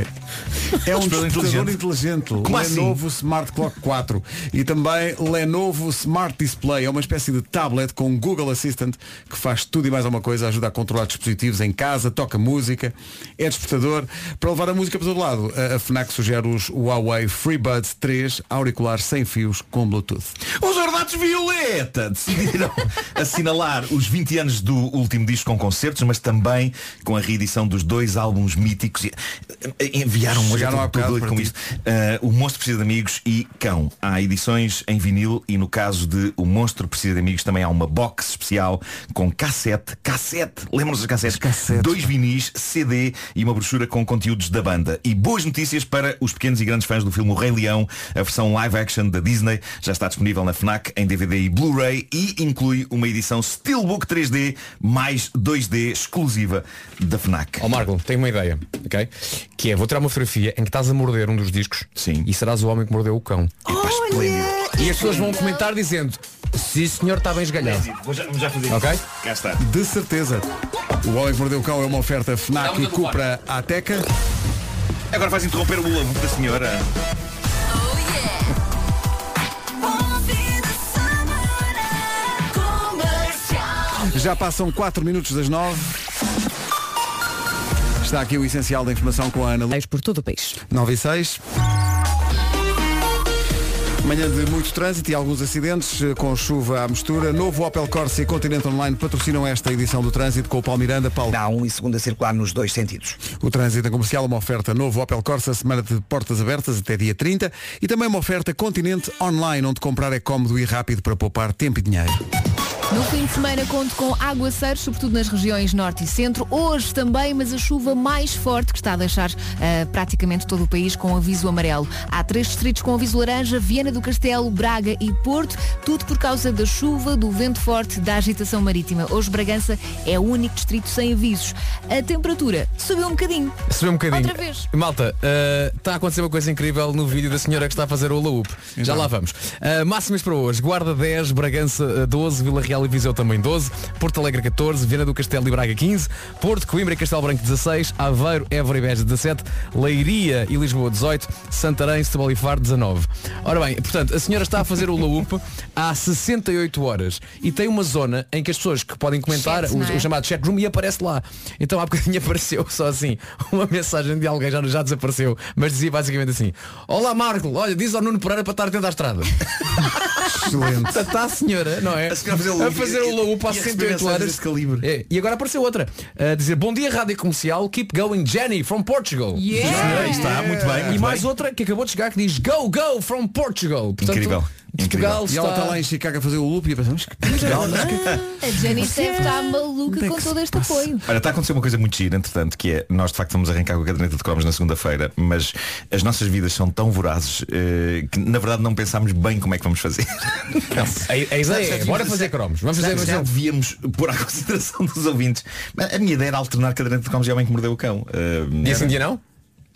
S3: É um
S17: Despertador
S3: despertador
S17: inteligente.
S3: inteligente.
S17: Como assim?
S3: Lenovo Smart Clock 4. E também Lenovo Smart Display. É uma espécie de tablet com Google Assistant que faz tudo e mais alguma coisa, ajuda a controlar dispositivos em casa, toca música, é despertador. Para levar a música para todo lado, a a FNAC sugere os Huawei FreeBuds 3 auriculares sem fios com Bluetooth.
S17: Os Ordados Violeta decidiram assinalar os 20 anos do último disco com concertos, mas também com a reedição dos dois álbuns míticos. E- eh, Enviaram um hoje a
S3: Chegaram há
S17: todo
S3: bocado
S17: público
S3: para
S17: com
S3: ti.
S17: isto. Ah, o Monstro Precisa de Amigos e Cão. Há edições em vinil e no caso de de O Monstro Precisa de Amigos também há uma box especial com cassete, cassete, lembram-se das cassetes? Dois vinis, CD e uma brochura com conteúdos da banda. E boas notícias para os pequenos e grandes fãs do filme O Rei Leão, a versão live action da Disney já está disponível na FNAC em DVD e Blu-ray e inclui uma edição Steelbook 3D mais 2D exclusiva da FNAC.
S7: Ó Marco, tenho uma ideia, ok? Que é, vou tirar uma fotografia em que estás a morder um dos discos Sim. e serás o homem que mordeu o cão.
S17: É
S7: E as pessoas vão comentar dizendo Sim senhor, está bem esgalhado
S17: Vou já, vou já fazer
S7: Ok?
S17: isso. Cá está.
S3: De certeza. O Homem que Mordeu o Cão é uma oferta FNAC e Cupra Ateca.
S17: Agora vais interromper o labuto da senhora.
S3: Já passam 4 minutos das 9. Está aqui o essencial da informação com a Ana Luz.
S2: por todo o país.
S3: 9 e 6. Manhã de muito trânsito e alguns acidentes eh, com chuva à mistura. Novo Opel Corsa e Continente Online patrocinam esta edição do trânsito com o Paulo Miranda. Paulo.
S4: Há um e segundo a circular nos dois sentidos.
S3: O trânsito comercial é uma oferta novo Opel Corsa, semana de portas abertas até dia 30 e também uma oferta Continente Online, onde comprar é cómodo e rápido para poupar tempo e dinheiro.
S1: No fim de semana conto com aguaceiros, sobretudo nas regiões norte e centro. Hoje também, mas a chuva mais forte que está a deixar ah, praticamente todo o país com aviso amarelo. Há três distritos com aviso laranja, Viena do Castelo, Braga e Porto, tudo por causa da chuva, do vento forte, da agitação marítima. Hoje Bragança é o único distrito sem avisos. A temperatura subiu um bocadinho.
S7: Subiu um bocadinho.
S1: Outra vez.
S7: Malta, eh, está a acontecer uma coisa incrível no vídeo da senhora que está a fazer o laúp. Já lá vamos. Eh, máximas para hoje. Guarda 10, Bragança eh, 12, Vila Real e Viseu também 12, Porto Alegre 14, Viana do Castelo e Braga 15, Porto, Coimbra e Castelo Branco 16, Aveiro, Évora e Beja 17, Leiria e Lisboa 18, Santarém, Setúbal e Faro 19. Ora bem, portanto, a senhora está a fazer o laúp há 68 horas e tem uma zona em que as pessoas que podem comentar,
S21: Chat,
S7: o-
S21: não é?
S7: o chamado chamado chatroom e aparece lá. Então há bocadinho <laughs> apareceu só assim uma mensagem de alguém, já, já desapareceu, mas dizia basicamente assim, Olá Marco, olha, diz ao Nuno Pereira para estar atento à <laughs> estrada.
S3: Excelente.
S7: Está a senhora, não é? A
S17: senhora a fazer o lobo.
S7: o lobo para
S17: E a receber
S7: 108
S17: mensagens
S7: horas.
S17: desse calibre.
S7: É, e agora apareceu outra. A dizer, bom dia Rádio Comercial, keep going Jenny from Portugal.
S17: Yeah. Sim, está, muito bem,
S7: É. E
S17: muito
S7: mais
S17: bem.
S7: outra que acabou de chegar que diz, go, go from Portugal. Portanto,
S17: Incrível,
S7: Portugal
S3: E ela
S7: está...
S3: está lá em Chicago a fazer o loop e pensamos que
S1: A Jenny deve estar maluca com todo este apoio.
S17: Olha, está a acontecer uma coisa muito gira, entretanto, que é nós de facto vamos arrancar com a caderneta de cromos na segunda-feira, mas as nossas vidas são tão vorazes eh, que na verdade não pensámos bem como é que vamos
S3: <laughs>
S17: fazer.
S7: a ideia é, bora fazer cromos, vamos fazer-
S17: Já devíamos pôr à <laughs> consideração dos ouvintes. A minha ideia era alternar caderneta de cromos e homem que mordeu o cão. Eh,
S7: E esse
S17: era-
S7: um dia não?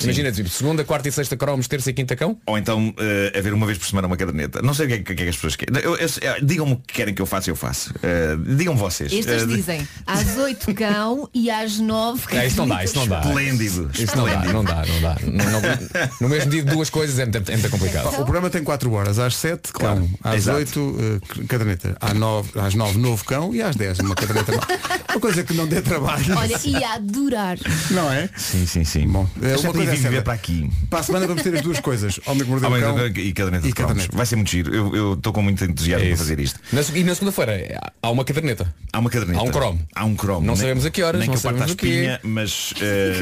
S7: Imagina, tipo, segunda, quarta e sexta cromos, terça e quinta cão?
S17: Ou então eh, haver uma vez por semana uma caderneta. Não sei o que é, o que, é que as pessoas querem. Eu- eu- eu- Digam-me o que querem que eu faça, eu faço. Eh, Digam-me vocês.
S7: é
S1: Estas
S17: Eh,
S1: dizem às 8 cão e às 9
S7: É, isso não dá, isso não dá.
S17: Esplêndido.
S7: Isso não dá, não dá, não dá. Não- não- no mesmo dia duas coisas é muito, é muito complicado.
S3: Ah, O programa tem 4 horas, às 7 cão, às
S7: Exato.
S3: 8 eh, caderneta, às 9, às 9 novo cão e às 10 uma caderneta. nova. uma coisa que não dê trabalho.
S1: Olha, e a durar.
S3: Não é?
S17: Sim, sim, sim. Bom,
S3: é
S17: eu já
S3: uma
S17: tenho
S3: coisa
S17: vindo
S3: certa.
S17: ver para aqui.
S3: Para a semana vamos ter as duas coisas. Homem que mordeu o
S17: Homem
S3: cão. É
S17: do Cão Ah, e caderneta de cromos. Vai ser muito giro. Eu- Eu estou com muito entusiasmo para fazer isto.
S7: Na se- e na segunda-feira é, há uma caderneta.
S17: Há uma caderneta.
S7: Há um cromo.
S17: Há um cromo.
S7: Não
S17: Nem-
S7: sabemos a que horas,
S17: Nem
S7: não
S17: que eu parta a
S7: sabemos o quê.
S17: espinha,
S7: <laughs>
S17: mas eh,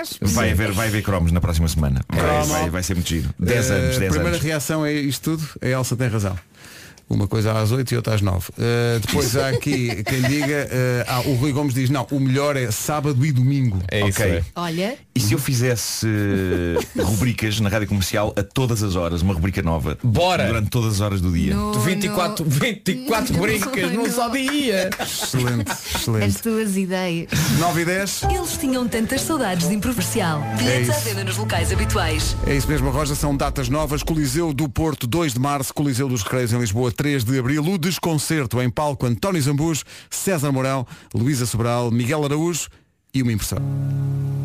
S7: espinha.
S17: vai, haver, vai haver cromos na próxima semana. Vai,
S3: Cromo.
S17: vai, vai ser muito giro. 10
S3: Eh,
S17: anos, 10
S3: primeira
S17: anos.
S3: reação é isto tudo, a Elsa tem razão. Uma coisa às 8 e outra às 9. Eh, depois há aqui quem diga, eh, ah, o Rui Gomes diz, não, o melhor é sábado e domingo.
S17: É isso, é.
S1: Olha,
S17: E se eu fizesse eh, rubricas na rádio comercial a todas as horas, uma rubrica nova?
S7: Bora!
S17: Durante todas as horas do dia.
S1: No,
S7: 24, 24 brincas num só dia.
S3: Excelente,
S1: as tuas ideias.
S3: 9 e 10.
S5: Eles tinham tantas saudades de improvisação. Bilhetes à
S3: É isso.
S5: venda nos locais habituais.
S3: É isso mesmo, Roja, são datas novas. Coliseu do Porto, 2 de março, Coliseu dos Recreios em Lisboa, 3 de abril, o Desconcerto em palco, António Zambujo, César Mourão, Luísa Sobral, Miguel Araújo e uma impressão.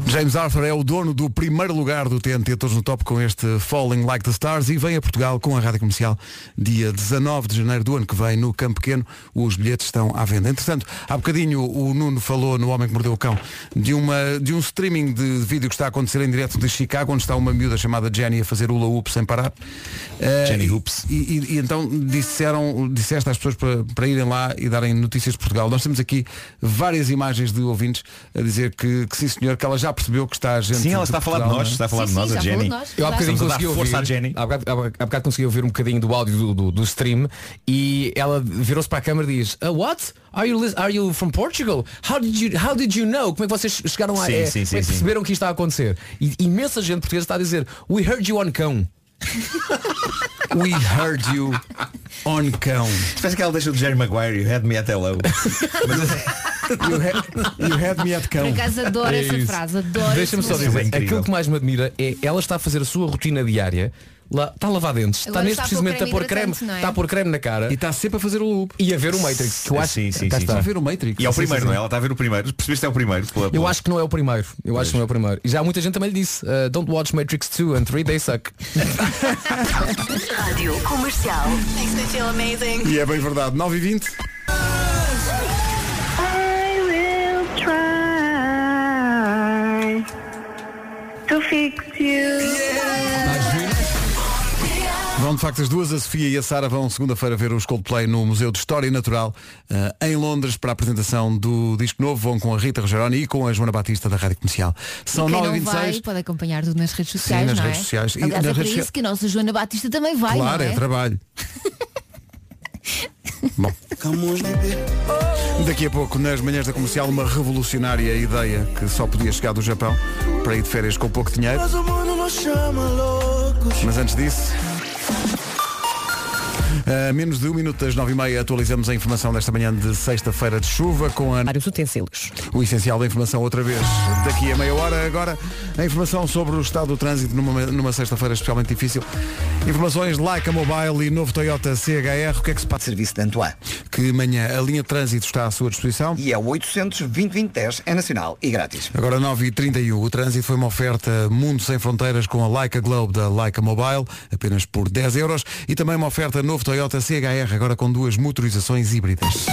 S3: James Arthur é o dono do primeiro lugar do TNT Todos no Top com este Falling Like the Stars e vem a Portugal com a Rádio Comercial dia 19 de janeiro do ano que vem no Campo Pequeno. Os bilhetes estão à venda. Entretanto, há bocadinho o Nuno falou no Homem que Mordeu o Cão de, uma, de um streaming de vídeo que está a acontecer em direto de Chicago onde está uma miúda chamada Jenny a fazer hula hoop sem parar. Jenny Hoops. E, e- e então disseram, disseste às pessoas para, para irem lá e darem notícias de Portugal. Nós temos aqui várias imagens de ouvintes a dizer dizer que, que sim senhor, que ela já percebeu que está a gente.
S17: Sim, ela está a falar de
S3: Portugal,
S17: nós,
S3: não é?
S17: está a falar de Sim, nós, sim, a já falou Jenny. de nós,
S7: Eu há
S17: claro.
S7: bocadinho
S17: Estamos a dar
S7: consegui ouvir.
S17: força à Jenny.
S7: Há bocado, há bocado- há bocado consegui ouvir um bocadinho do áudio do, do, do stream e ela virou-se para a câmara e diz "Ah, What? Are you, lis- are you from Portugal? How did you, how did you know? Como é que vocês chegaram a
S17: Sim,
S7: é,
S17: sim,
S7: como
S17: sim,
S7: é que
S17: sim.
S7: perceberam que isto está a acontecer? E imensa gente portuguesa está a dizer We heard you on cão.
S3: We heard you on cão.
S17: Parece que ela deixou de Jerry Maguire, you had me at hello.
S3: you, had, you had me at
S1: Por acaso adoro essa frase, adoro
S7: É Deixa-me
S1: esse
S7: só
S1: momento.
S7: dizer,
S17: incrível.
S7: aquilo que mais me admira é ela está a fazer a sua rotina diária. Lá, está a lavar dentes,
S1: Agora
S7: está neste
S1: está a pôr
S7: precisamente a
S1: creme
S7: pôr creme,
S1: hidratante, não é?
S7: está a pôr creme na cara. E
S3: está sempre a fazer o loop.
S7: E a ver o Matrix,
S17: <laughs>
S7: que eu acho
S17: Ah, Sim, sim,
S7: Cá
S17: sim.
S7: está.
S17: E é o
S7: Sim, sim,
S17: primeiro,
S7: sim.
S17: não é? Ela está a ver o primeiro. Percebeste que é o primeiro. Pela,
S7: Eu acho que não é o primeiro. Eu acho que não é o primeiro. E já muita gente também lhe disse, uh, don't watch Matrix 2 and 3, they suck.
S5: Rádio comercial. Makes me feel amazing.
S3: E é bem verdade, 9 e 20
S5: I will try to fix you.
S3: Vão de facto as duas, a Sofia e a Sara vão segunda-feira ver o Coldplay no Museu de História Natural eh, em Londres para a apresentação do disco novo. Vão com a Rita Rogeroni e com a Joana Batista da Rádio Comercial. São
S1: e quem não
S3: 9 e
S1: vai
S3: 26
S1: pode acompanhar tudo nas redes sociais,
S3: nas
S1: não
S3: redes
S1: é?
S3: sociais. E
S1: Aliás,
S3: nas
S1: é para
S3: redes
S1: isso
S3: sociais-
S1: que a nossa Joana Batista também vai, não
S3: Claro,
S1: é? <laughs>
S3: é trabalho. Bom. Daqui a pouco, nas manhãs da comercial, uma revolucionária ideia que só podia chegar do Japão para ir de férias com pouco dinheiro.
S5: o mundo nos chama loucos.
S3: Mas
S5: <laughs>
S3: é- <laughs> antes disso. A menos de um minuto das nove e meia atualizamos a informação desta manhã de sexta-feira de chuva com a
S7: vários utensílios.
S3: O essencial da informação outra vez. Daqui a meia hora agora a informação sobre o estado do trânsito numa, numa sexta-feira especialmente difícil. Informações Leica Mobile e novo Toyota CHR. O que é que se passa?
S4: Serviço de Antoine.
S3: Que amanhã a linha de trânsito está à sua disposição.
S4: E é o 800 é nacional e grátis.
S3: Agora 9h31, o trânsito foi uma oferta Mundo Sem Fronteiras com a Leica Globe da Leica Mobile, apenas por 10 euros, e também uma oferta novo Toyota CHR, agora com duas motorizações híbridas.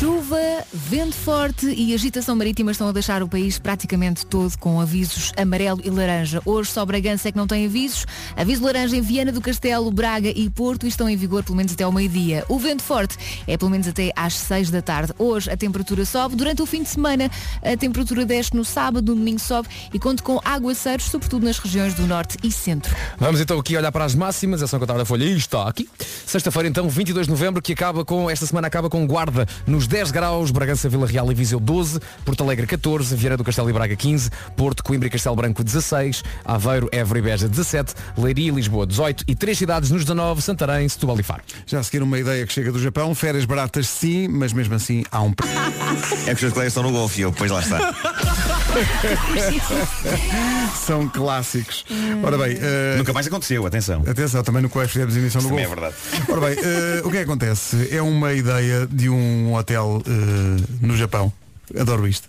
S1: Chuva, vento forte e agitação marítima estão a deixar o país praticamente todo com avisos amarelo e laranja. Hoje só Bragança é que não tem avisos. Aviso laranja em Viana do Castelo, Braga e Porto e estão em vigor pelo menos até ao meio-dia. O vento forte é pelo menos até às 6 da tarde. Hoje a temperatura sobe. Durante o fim de semana a temperatura desce no sábado, no domingo sobe e conta com aguaceiros, sobretudo nas regiões do norte e centro.
S7: Vamos então aqui olhar para as máximas, ação contar da folha e está aqui. Sexta-feira então, 22 de novembro, que acaba com, esta semana acaba com guarda nos 10 graus, Bragança, Vila Real e Viseu 12, Porto Alegre 14, Vieira do Castelo e Braga 15, Porto, Coimbra e Castelo Branco 16, Aveiro, Évora e Beja 17, Leiria e Lisboa 18 e três cidades nos 19, Santarém, Setúbal e Faro.
S3: Já a seguir uma ideia que chega do Japão, férias baratas sim, mas mesmo assim há um preço.
S17: É que os seus colegas estão no golfe e eu, pois lá está.
S3: São clássicos. Ora bem, eh,
S17: Nunca mais aconteceu, atenção.
S3: Atenção, também no Quest fizemos emissão no
S17: Também
S3: Golfo.
S17: é verdade.
S3: <laughs> Ora bem, eh, o que é que acontece? É uma ideia de um hotel eh, no Japão. Adoro isto.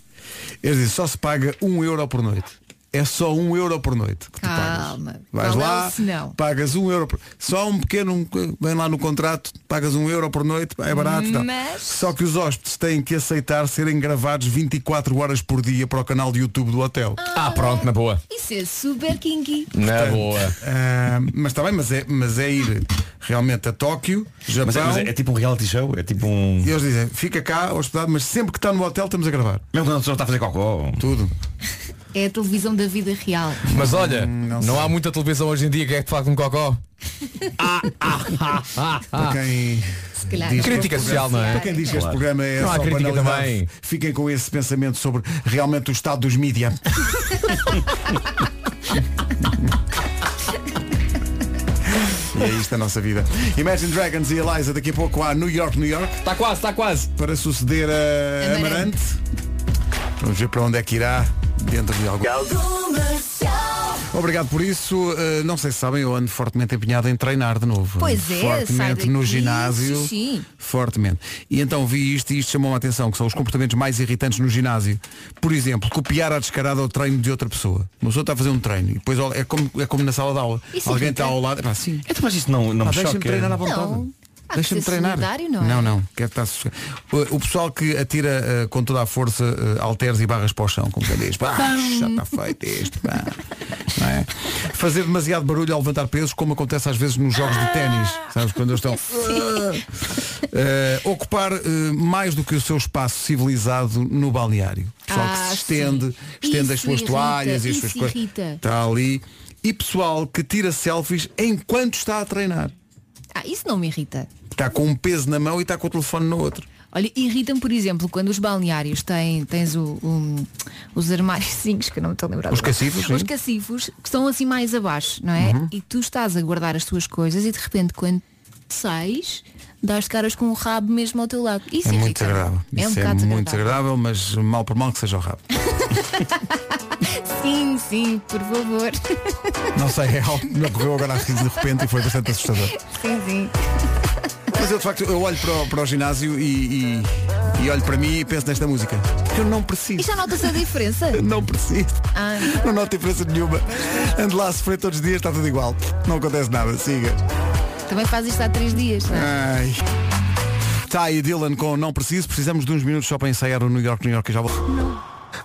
S3: Eles dizem, só se paga um euro por noite. É só um euro por noite. que tu
S1: Calma.
S3: Vais
S1: Qual Ah, é
S3: lá,
S1: o senão?
S3: pagas um euro por... Só um pequeno, um- vem lá no contrato, pagas um euro por noite, é barato. e tal.
S1: Mas-
S3: Só que os hóspedes têm que aceitar serem gravados 24 horas por dia para o canal de YouTube do hotel.
S7: Ah, pronto, na boa.
S1: Isso é super kinky.
S17: é
S7: Na boa.
S3: ah, mas está bem, mas é, mas é ir realmente a Tóquio, Japão.
S17: Mas é, mas é- é tipo um reality show, é tipo um.
S3: E eles dizem, fica cá hospedado, mas sempre que está no hotel estamos a gravar. Oh,
S17: Mesmo quando a pessoa está a fazer cocó.
S3: Tudo.
S1: É a televisão da vida real.
S3: Hum,
S7: Mas olha, não, há muita televisão hoje em dia que é que faz com cocó.
S3: Ah,
S7: Ah.
S3: Para quem
S1: Se calhar.
S3: diz que
S7: Crítica
S3: este
S7: social,
S3: programa-
S7: não é?
S3: Para quem diz que este
S7: Claro.
S3: programa é
S7: Não há
S3: só
S7: crítica
S3: banalidade,
S7: também.
S3: fiquem com esse pensamento sobre realmente o estado dos mídia. E é isto a nossa vida. Imagine Dragons e Eliza daqui a pouco há New York, New York.
S17: Tá
S7: Está quase, está quase.
S3: Para suceder a
S5: Amarante.
S3: Amarante. Vamos ver para onde é que irá dentro de algo. Obrigado por isso. Uh, não sei se sabem, eu ando fortemente empenhado em treinar de novo.
S1: Pois é, sai
S3: Fortemente
S1: daqui,
S3: no ginásio.
S1: xixi.
S3: Fortemente. E então vi isto e isto chamou a atenção, que são os comportamentos mais irritantes no ginásio. Por exemplo, copiar à descarada o treino de outra pessoa. Uma pessoa está a fazer um treino e depois olha, é como, é como na sala de aula.
S1: Isso
S3: Alguém
S1: irrita.
S3: está ao lado. Pá, sim.
S17: Então, mas isto não, não
S3: Pá,
S17: me
S3: Ah, deixa-me
S17: choca.
S3: treinar à vontade.
S1: Não. Ah, Há que
S3: Deixa-me
S1: ser
S3: treinar.
S1: solidário, não é?
S3: é. não, não. Quero estar sossegado. O- O pessoal que atira eh, com toda a força eh, halteres e barras para o chão, como quem diz. Pá, já está feito isto. pá. Não é? Fazer
S1: Ah,
S3: demasiado barulho ao levantar pesos, como acontece às vezes nos jogos de ténis. Sabes, quando eles estão. Eh, ocupar eh, mais do que o seu espaço civilizado no balneário. Pessoal que
S1: Ah,
S3: se estende,
S1: sim.
S3: estende as
S1: Isso
S3: suas
S1: irrita,
S3: toalhas e as
S1: isso
S3: suas coisas.
S1: irrita.
S3: Está ali. E pessoal que tira selfies enquanto está a treinar.
S1: Ah, isso não me irrita.
S3: Está com um peso na mão e está com o telefone no outro.
S1: Olha, irrita-me, por exemplo, quando os balneários têm tens o, o- os armáriozinhos, <laughs> que eu não me estou a lembrar.
S3: Os
S1: agora.
S3: cacifos, sim.
S1: Os cacifos, que estão assim mais abaixo, não é?
S3: Uhum.
S1: E tu estás a guardar as tuas coisas e de repente quando sais, dás caras com o rabo mesmo ao teu lado. Isso
S3: é muito
S1: irrita-me.
S3: desagradável.
S1: É um
S3: Isso
S1: bocado desagradável.
S3: muito desagradável, mas mal por mal que seja o rabo.
S1: Sim, sim, por favor.
S3: Não sei, é algo que me ocorreu agora assim de repente e foi bastante assustador.
S1: <laughs> Sim, sim.
S3: Mas eu de facto eu olho para o, para o ginásio e, e- e olho para mim e penso nesta música. Que eu não preciso.
S1: E já nota-se a
S3: <laughs>
S1: diferença?
S3: Não preciso.
S1: Ah.
S3: Não noto diferença nenhuma. Ando lá a sofrer todos os dias, está tudo igual. Não acontece nada, siga.
S1: Também faz isto há três dias, não é?
S3: Ai. Tá aí Dylan com Não Preciso, precisamos de uns minutos só para ensaiar o New York, New York e já vou.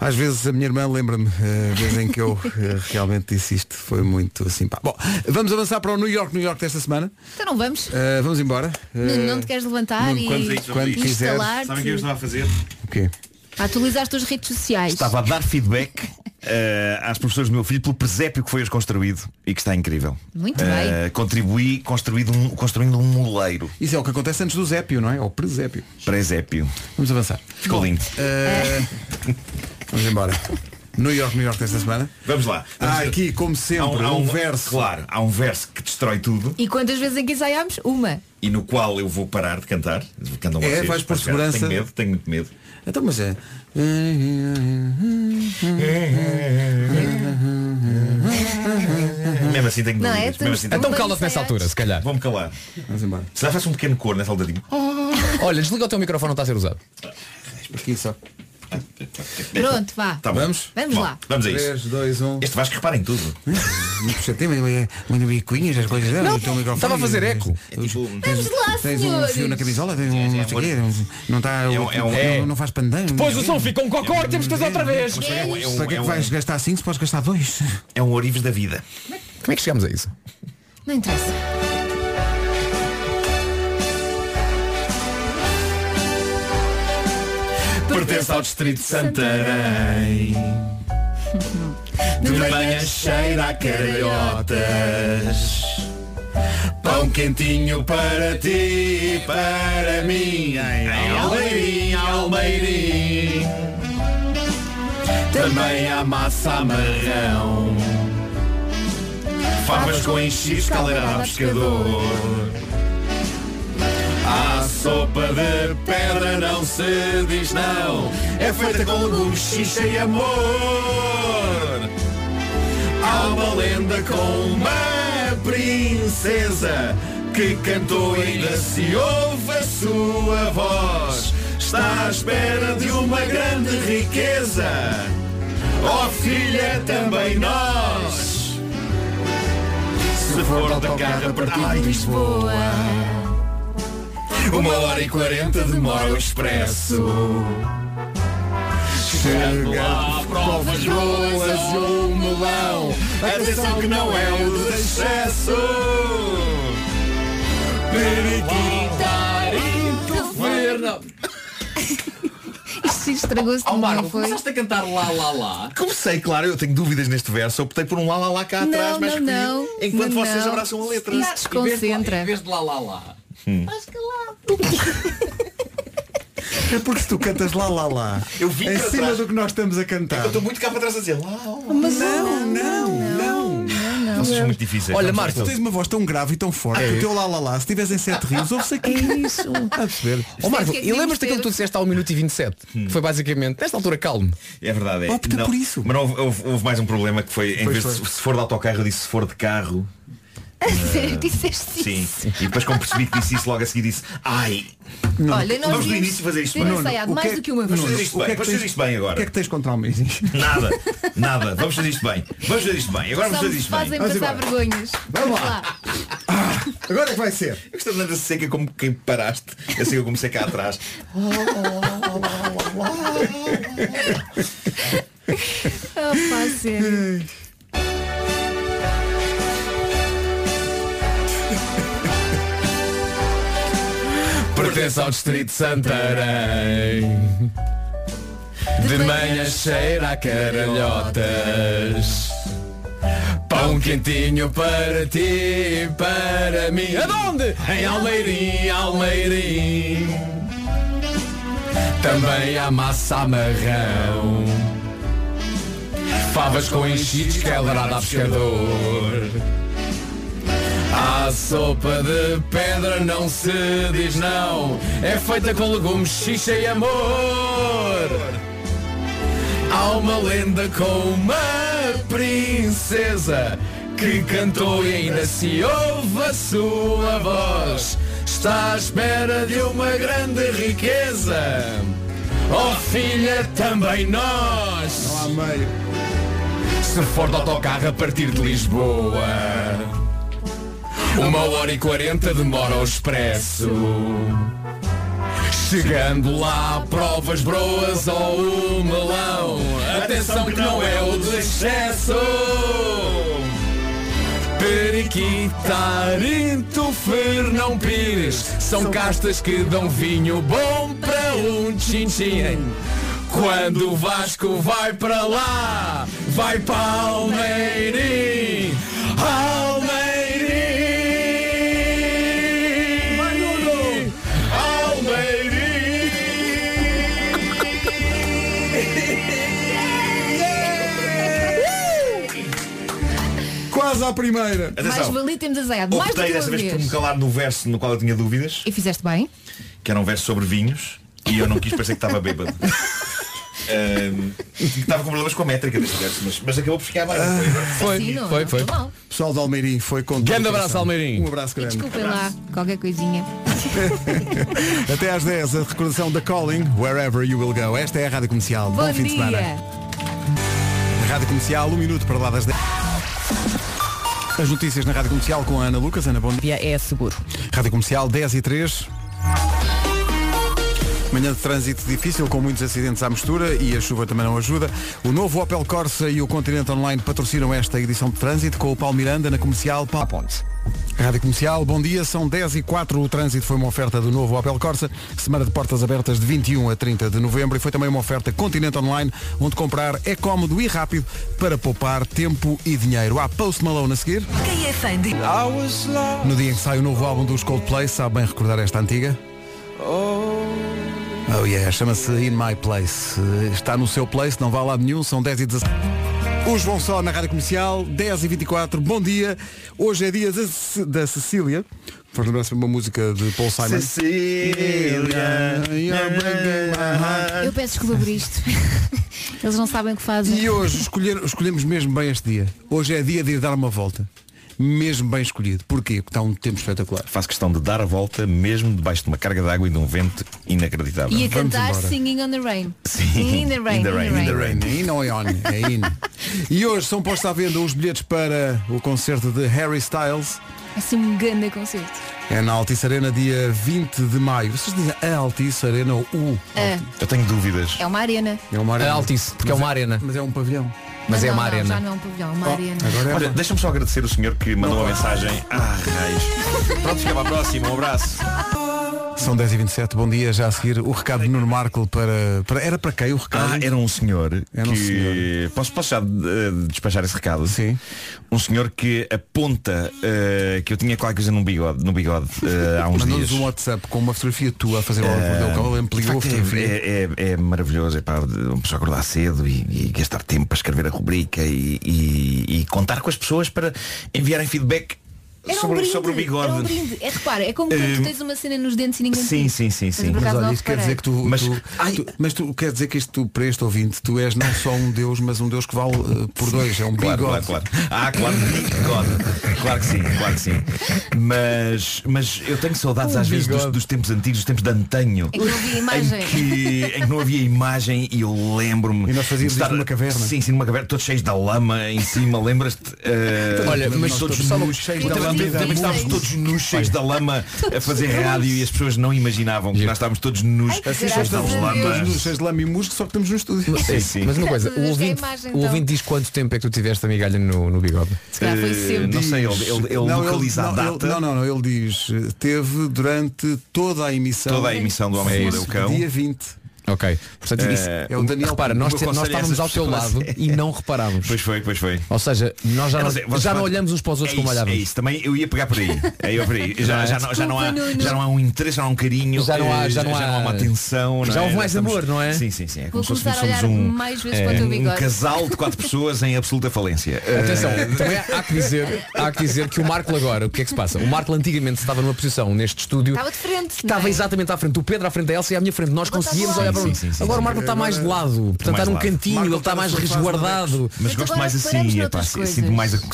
S3: Às vezes a minha irmã lembra-me, eh, a vez em que eu
S1: <laughs>
S3: eh, realmente disse isto, foi muito simpático. Bom, vamos avançar para o New York, New York desta semana.
S1: Então não vamos.
S3: Eh, vamos embora. Eh,
S1: Nuno, não te queres levantar
S3: Nuno,
S1: e
S3: quando- quando
S1: e
S3: quiseres.
S1: instalar-te?
S17: Sabem o que eu estava a fazer?
S3: O quê?
S1: Atualizar as tuas redes sociais.
S17: Estava a dar feedback eh, às professoras do meu filho pelo presépio que foi hoje construído e que está incrível.
S1: Muito
S17: Eh,
S1: bem.
S17: Contribuí construído um- construindo um moleiro.
S3: Isso é o que acontece antes do Zépio, não é? Ou presépio.
S17: Presépio.
S3: Vamos avançar.
S17: Ficou lindo.
S1: É.
S3: Eh, vamos embora. New York, New York desta semana.
S17: Vamos lá.
S1: Ah,
S3: Há aqui, como sempre,
S17: Há
S3: um, verso.
S17: Claro, há um verso que destrói tudo
S1: E quantas vezes é que ensaiámos? Uma.
S17: e no qual eu vou parar de cantar. Cantam
S3: É,
S17: vocês,
S3: vais por
S17: posso parar.
S3: segurança.
S17: Tenho medo, tenho muito medo.
S3: Então, mas é.
S17: Mesmo assim tenho
S1: Não é?
S17: dúvidas.
S1: Temos-
S17: Mesmo assim,
S1: Então vamos cala-te
S7: nessa ensaiar. altura, se
S17: calhar. Vamos calar.
S3: Vamos embora.
S17: Se calhar faço um pequeno cor
S7: é
S17: nessa altura. digo,
S7: Olha, desliga o teu microfone, não está a ser usado.
S3: Aqui só.
S1: Pronto, vá.
S17: Tá bom.
S3: Vamos?
S1: Vamos
S17: Bom,
S1: lá.
S17: Vamos a isso.
S3: 3, 2, 1.
S17: Este Vasco repara em tudo.
S3: Muito biquinhas, as coisas
S17: Não,
S3: o teu microfone.
S17: estava a fazer eco.
S3: É tipo,
S1: Vamos lá,
S3: Tens um fio na
S1: senhores.
S3: camisola, tens um não sei quê, não está,
S17: é um- é.
S3: não, não faz pandan.
S17: Depois o som
S7: fica um cocó e temos que fazer outra vez.
S17: É um- é um-
S3: Para que é
S17: é
S3: que
S17: um-
S3: vais gastar 5 se podes gastar 2?
S17: É um ourives da vida.
S7: Como é que chegamos a isso?
S1: Não interessa. <laughs>
S17: Pertence ao distrito de Santarém. De manhã cheira a caralhotas. Pão quentinho para ti, para mim. Em Almeirim, Almeirim. Também há massa amarrão. Favas com enchidos, caldeirada a pescador. A sopa de pedra não se diz não É feita com legumes, xixa e amor Há uma lenda com uma princesa Que cantou e ainda se ouve a sua voz Está à espera de uma grande riqueza Oh filha, também nós Se for da carga partir de Lisboa uma hora e quarenta demora o expresso. Chega lá, provas boas e um melão. Atenção que não é o de excesso. Periquitarito Fernando.
S1: Isto estragou-se oh, Marco, foi?
S7: a cantar lá, lá, lá.
S17: Comecei, claro, eu tenho dúvidas neste verso. Eu optei por um lá lá lá cá
S1: Não,
S17: atrás, mas
S1: não,
S17: escolhi
S1: não.
S17: enquanto
S1: Não,
S17: vocês
S1: não.
S17: abraçam a letra.
S1: Isso desconcentra.
S7: Em vez de lá, lá, lá.
S3: É porque se tu cantas lá lá lá,
S17: Eu vim
S3: em
S17: para
S3: cima
S17: trás.
S3: do É que nós estamos a cantar.
S17: Eu estou muito cá para trás a dizer lá. lá.
S1: Oh, Mas
S3: não, não, não,
S1: não.
S17: Vocês são muito difíceis.
S3: Olha,
S17: Não,
S3: Marcos, tu
S17: não.
S3: tens uma voz tão grave e tão forte
S7: É
S3: que o
S7: isso.
S3: teu lá lá lá, se tivessem sete rios, ouve-se aqui.
S1: É isso.
S3: Está a perceber?
S7: Ó Marco,
S1: que é que
S7: e
S1: vimos
S7: lembras-te daquilo que tu disseste ao minuto e 27? Que foi basicamente, nesta altura, calmo.
S17: É verdade, é.
S7: Opta por
S17: isso. Mas não, houve, houve- houve mais um problema que foi, em
S7: Pois
S17: vez de
S7: foi.
S17: se for de autocarro, eu disse se for de carro.
S1: A sério, disseste isso.
S17: Sim. E depois como percebi que disse isso logo a seguir disse, ai.
S1: Olha, nós
S17: Vamos do
S1: vimos
S17: início fazer isto
S1: ter
S17: bem.
S1: ensaiado mais do que uma vez.
S17: Vamos fazer isto bem, vamos fazer isto bem
S3: O é que é
S17: agora.
S3: que tens contra homens?
S17: Nada, nada, vamos fazer isto bem. Vamos fazer isto bem. Agora
S1: Só
S17: vamos fazer
S1: me
S17: isto bem.
S1: fazem
S17: Vamos
S1: passar
S17: embora.
S1: vergonhas.
S3: Vamos
S1: lá.
S3: Agora é que vai ser.
S17: Eu gostei da seca como quem paraste. Assim que eu comecei cá atrás.
S1: Oh, <laughs> pá, sério.
S7: pertence ao distrito de Santarém. De manhã cheira a caralhotas. Pão quentinho para ti, e para mim. Aonde? Em Almeirim, Almeirim. Também há massa a marrão. Favas com enchidos que é dourada a pescador. À sopa de pedra não se diz não. É feita com legumes, xixa e amor. Há uma lenda com uma princesa que cantou e ainda se ouve a sua voz. Está à espera de uma grande riqueza. Oh filha, também nós. Se for de autocarro a partir de Lisboa. Uma hora e quarenta demora o expresso Chegando lá, provas broas ou o melão Atenção que não é o de excesso Periquita, Arinto, Fernão Pires São castas que dão vinho bom para um
S17: é.
S7: chin-chin Quando o Vasco vai para lá Vai para Almeirim Almeirim
S3: Quase à primeira.
S1: Mais valia termos azeiado. Mais do
S17: Optei
S1: que uma
S17: dessa vez por um me
S1: vez.
S17: calar no verso no qual eu tinha dúvidas,
S1: E fizeste bem?
S17: que era um verso sobre vinhos, e eu não quis parecer que estava bêbado. Ahm, estava com problemas com a métrica deste verso, mas, mas acabou por ficar bem.
S3: Ah, Foi,
S1: Sim, não,
S3: foi,
S1: não,
S3: foi.
S1: tá mal.
S3: Pessoal de Almeirim foi com todo
S7: Grande
S3: o
S7: abraço,
S3: coração.
S7: Almeirim.
S3: Um abraço grande.
S1: Desculpem lá, qualquer coisinha.
S3: Até às 10, a recordação da Calling, Wherever You Will Go. Esta é a Rádio Comercial. Bom,
S1: Bom
S3: fim de semana.
S1: dia.
S3: Rádio Comercial, um minuto para lá das 10. As notícias na Rádio Comercial com a Ana Lucas. Ana, bom dia.
S2: É seguro.
S3: Rádio Comercial, 10 e 3. Manhã de trânsito difícil, com muitos acidentes à mistura e a chuva também não ajuda. O novo Opel Corsa e o Continente Online patrocinam esta edição de trânsito com o Paulo Miranda na comercial Paulo Ponte. Rádio Comercial, bom dia, são 10 e 04 O trânsito foi uma oferta do novo Opel Corsa, semana de portas abertas de 21 a 30 de novembro e foi também uma oferta Continente Online, onde comprar é cómodo e rápido para poupar tempo e dinheiro. Há Post Malone a seguir.
S5: Quem é fã de...
S3: No dia em que sai o novo álbum dos Coldplay, sabe bem recordar esta antiga? Oh yeah, chama-se In My Place. Eh, Está no seu place, não vá lá nenhum, são 10 e 17. Os vão só na Rádio Comercial, 10 e 24 bom dia. Hoje é dia da, Ce- da Cecília. Vamos lembrar-se de uma música de Paul Simon.
S17: Cecília,
S3: you're breaking my heart.
S1: Eu peço desculpa por isto. <laughs> Eles não sabem o que fazem.
S3: E hoje escolher- escolhemos mesmo bem este dia. Hoje é dia de ir dar uma volta. Mesmo bem escolhido. Porquê? Porque está um tempo espetacular.
S17: Faço questão de dar a volta mesmo debaixo de uma carga de água e de um vento inacreditável.
S1: E a cantar Singing on the Rain. Singing in the Rain.
S17: In the rain, in the rain.
S3: In ou on? É in. e hoje são postos à venda os bilhetes para o concerto de Harry Styles.
S1: É assim um grande concerto.
S3: É na Altice Arena, dia 20 de maio. Vocês dizem a Altice Arena ou o?
S1: É,
S17: Eu tenho dúvidas.
S1: é uma arena.
S3: É uma
S7: A Altice, porque é uma arena.
S3: Mas é um pavilhão.
S7: Mas
S1: Não,
S7: é uma
S1: não,
S7: arena.
S1: Já não é um pavilhão, é uma
S17: Oh,
S1: arena.
S17: Olha, deixa-me só agradecer o senhor que mandou uma mensagem. Ah, raios. Pronto, chegava à próxima. Um abraço.
S3: São 10h27, bom dia. Já a seguir o recado de Nuno Marco para, para. Era para quem o recado?
S17: Ah, era um senhor
S3: Era um
S17: que... Posso, posso já eh, despachar esse recado? Sim. Um senhor que aponta eh, que eu tinha qualquer coisa num bigode, no bigode eh, há uns
S3: Mandou-nos
S17: dias. É, Eh,
S3: um WhatsApp com uma fotografia tua a fazer o uh, ele ampliou a
S17: de facto,
S3: fotografia.
S17: é, é, é maravilhoso, é para uma pessoa acordar cedo e, e gastar tempo para escrever a rubrica e, e- e contar com as pessoas para enviarem feedback
S1: Era um
S17: sobre,
S1: brinde,
S17: sobre o bigode.
S1: Era um brinde. É, repara, é como quando tu
S17: Hum.
S1: tens uma cena nos dentes e ninguém te
S17: Sim,
S1: diz.
S17: sim, sim, sim.
S1: por acaso
S3: Mas
S1: não
S3: olha, isso quer
S1: reparei.
S3: dizer que tu, tu- tu- mas tu quer dizer que isto tu, para este ouvinte, tu és não só um Deus, mas um Deus que vale eh, por dois, é um
S17: claro,
S3: bigode.
S17: Claro, claro. Ah, claro, bigode. Claro que sim, claro que sim. Mas, mas eu tenho saudades
S3: Um
S17: às vezes dos,
S3: bigode.
S17: dos tempos antigos, dos tempos de antanho.
S1: É que não havia imagem.
S17: Em que, em que não havia imagem e eu lembro-me. E nós
S3: fazíamos isto numa caverna.
S17: Sim, sim, numa caverna, todos cheios da lama em cima, lembras-te? eh,
S7: Olha, mas
S17: nós
S7: todos só uma-
S17: nus,
S7: cheios
S17: e
S7: da
S17: também-
S7: lama e da
S17: Também estávamos
S7: luz.
S17: todos nus, cheios da lama, a fazer rádio e as pessoas não imaginavam que nós estávamos todos nus,
S3: Assim
S17: cheios
S3: já
S17: da
S3: estamos todos
S17: lama.
S3: nos seis de lama e musgo, só que estamos no estúdio.
S17: Sim, sim.
S1: <laughs>
S7: Mas uma coisa,
S1: Graças a
S7: o
S1: Deus que é a
S7: ouvinte,
S1: imagem,
S7: o
S1: então.
S7: ouvinte diz quanto tempo é que tu tiveste a migalha no, no bigode.
S1: calhar foi
S17: Eh,
S1: sempre.
S17: Não sei, ele ele- ele- ele localiza a
S3: não,
S17: data.
S3: não, não, não, ele diz eh, teve durante toda a emissão É
S17: Toda a emissão do Homem que Mordeu o Cão.
S3: dia 20
S7: Ok. Portanto,
S17: Eh,
S7: isso,
S17: é o Daniel
S7: repara, nós,
S17: Pinto.
S7: te-
S17: O meu
S7: nós
S17: conselho é
S7: estávamos
S17: essas
S7: ao teu
S17: pessoas-
S7: lado
S17: <laughs>
S7: e não reparávamos.
S17: Pois foi, pois foi.
S7: Ou seja, nós já
S17: Eu
S7: não,
S17: sei, vocês
S7: já não
S17: falam-
S7: olhamos uns para os outros
S17: é
S7: como
S17: isso,
S7: olhávamos.
S17: É isso, também eu ia pegar por aí. É, eu por aí. Já,
S7: Não é?
S17: já, não, já, não há,
S7: Desculpa, Nuno.
S17: já não há um interesse, já não há um carinho,
S7: Já não há-
S17: eh,
S7: já não há-
S17: uma atenção. não
S7: Já
S17: é?
S7: houve mais amor, não é?
S17: Sim, sim, sim. É
S1: Vou
S17: como se fosse-
S1: começar a
S17: somos
S1: olhar
S17: um,
S1: mais vezes
S17: eh,
S1: para o teu
S17: um
S1: bigode.
S17: casal de quatro pessoas em absoluta falência. Eh,
S7: Atenção, também há que, dizer, há que dizer que o Marco agora, o que é que se passa? O Marco antigamente estava numa posição neste estúdio
S1: Estava de frente. é?
S7: Estava exatamente à frente, o Pedro à frente da Elsa e à minha frente. Nós conseguíamos
S1: tá bom.
S7: olhar para
S1: Sim,
S7: um.
S1: sim, sim,
S7: Agora o
S1: sim.
S7: Marco está mais de
S1: Agora-
S7: lado,
S17: Estou
S7: portanto está
S17: mais
S7: num
S17: lado.
S7: cantinho,
S17: Marco
S7: ele está
S17: na
S7: mais
S17: sua fase de
S7: resguardado.
S17: Mas, gosto mais assim, é, pá, sinto mais, ac-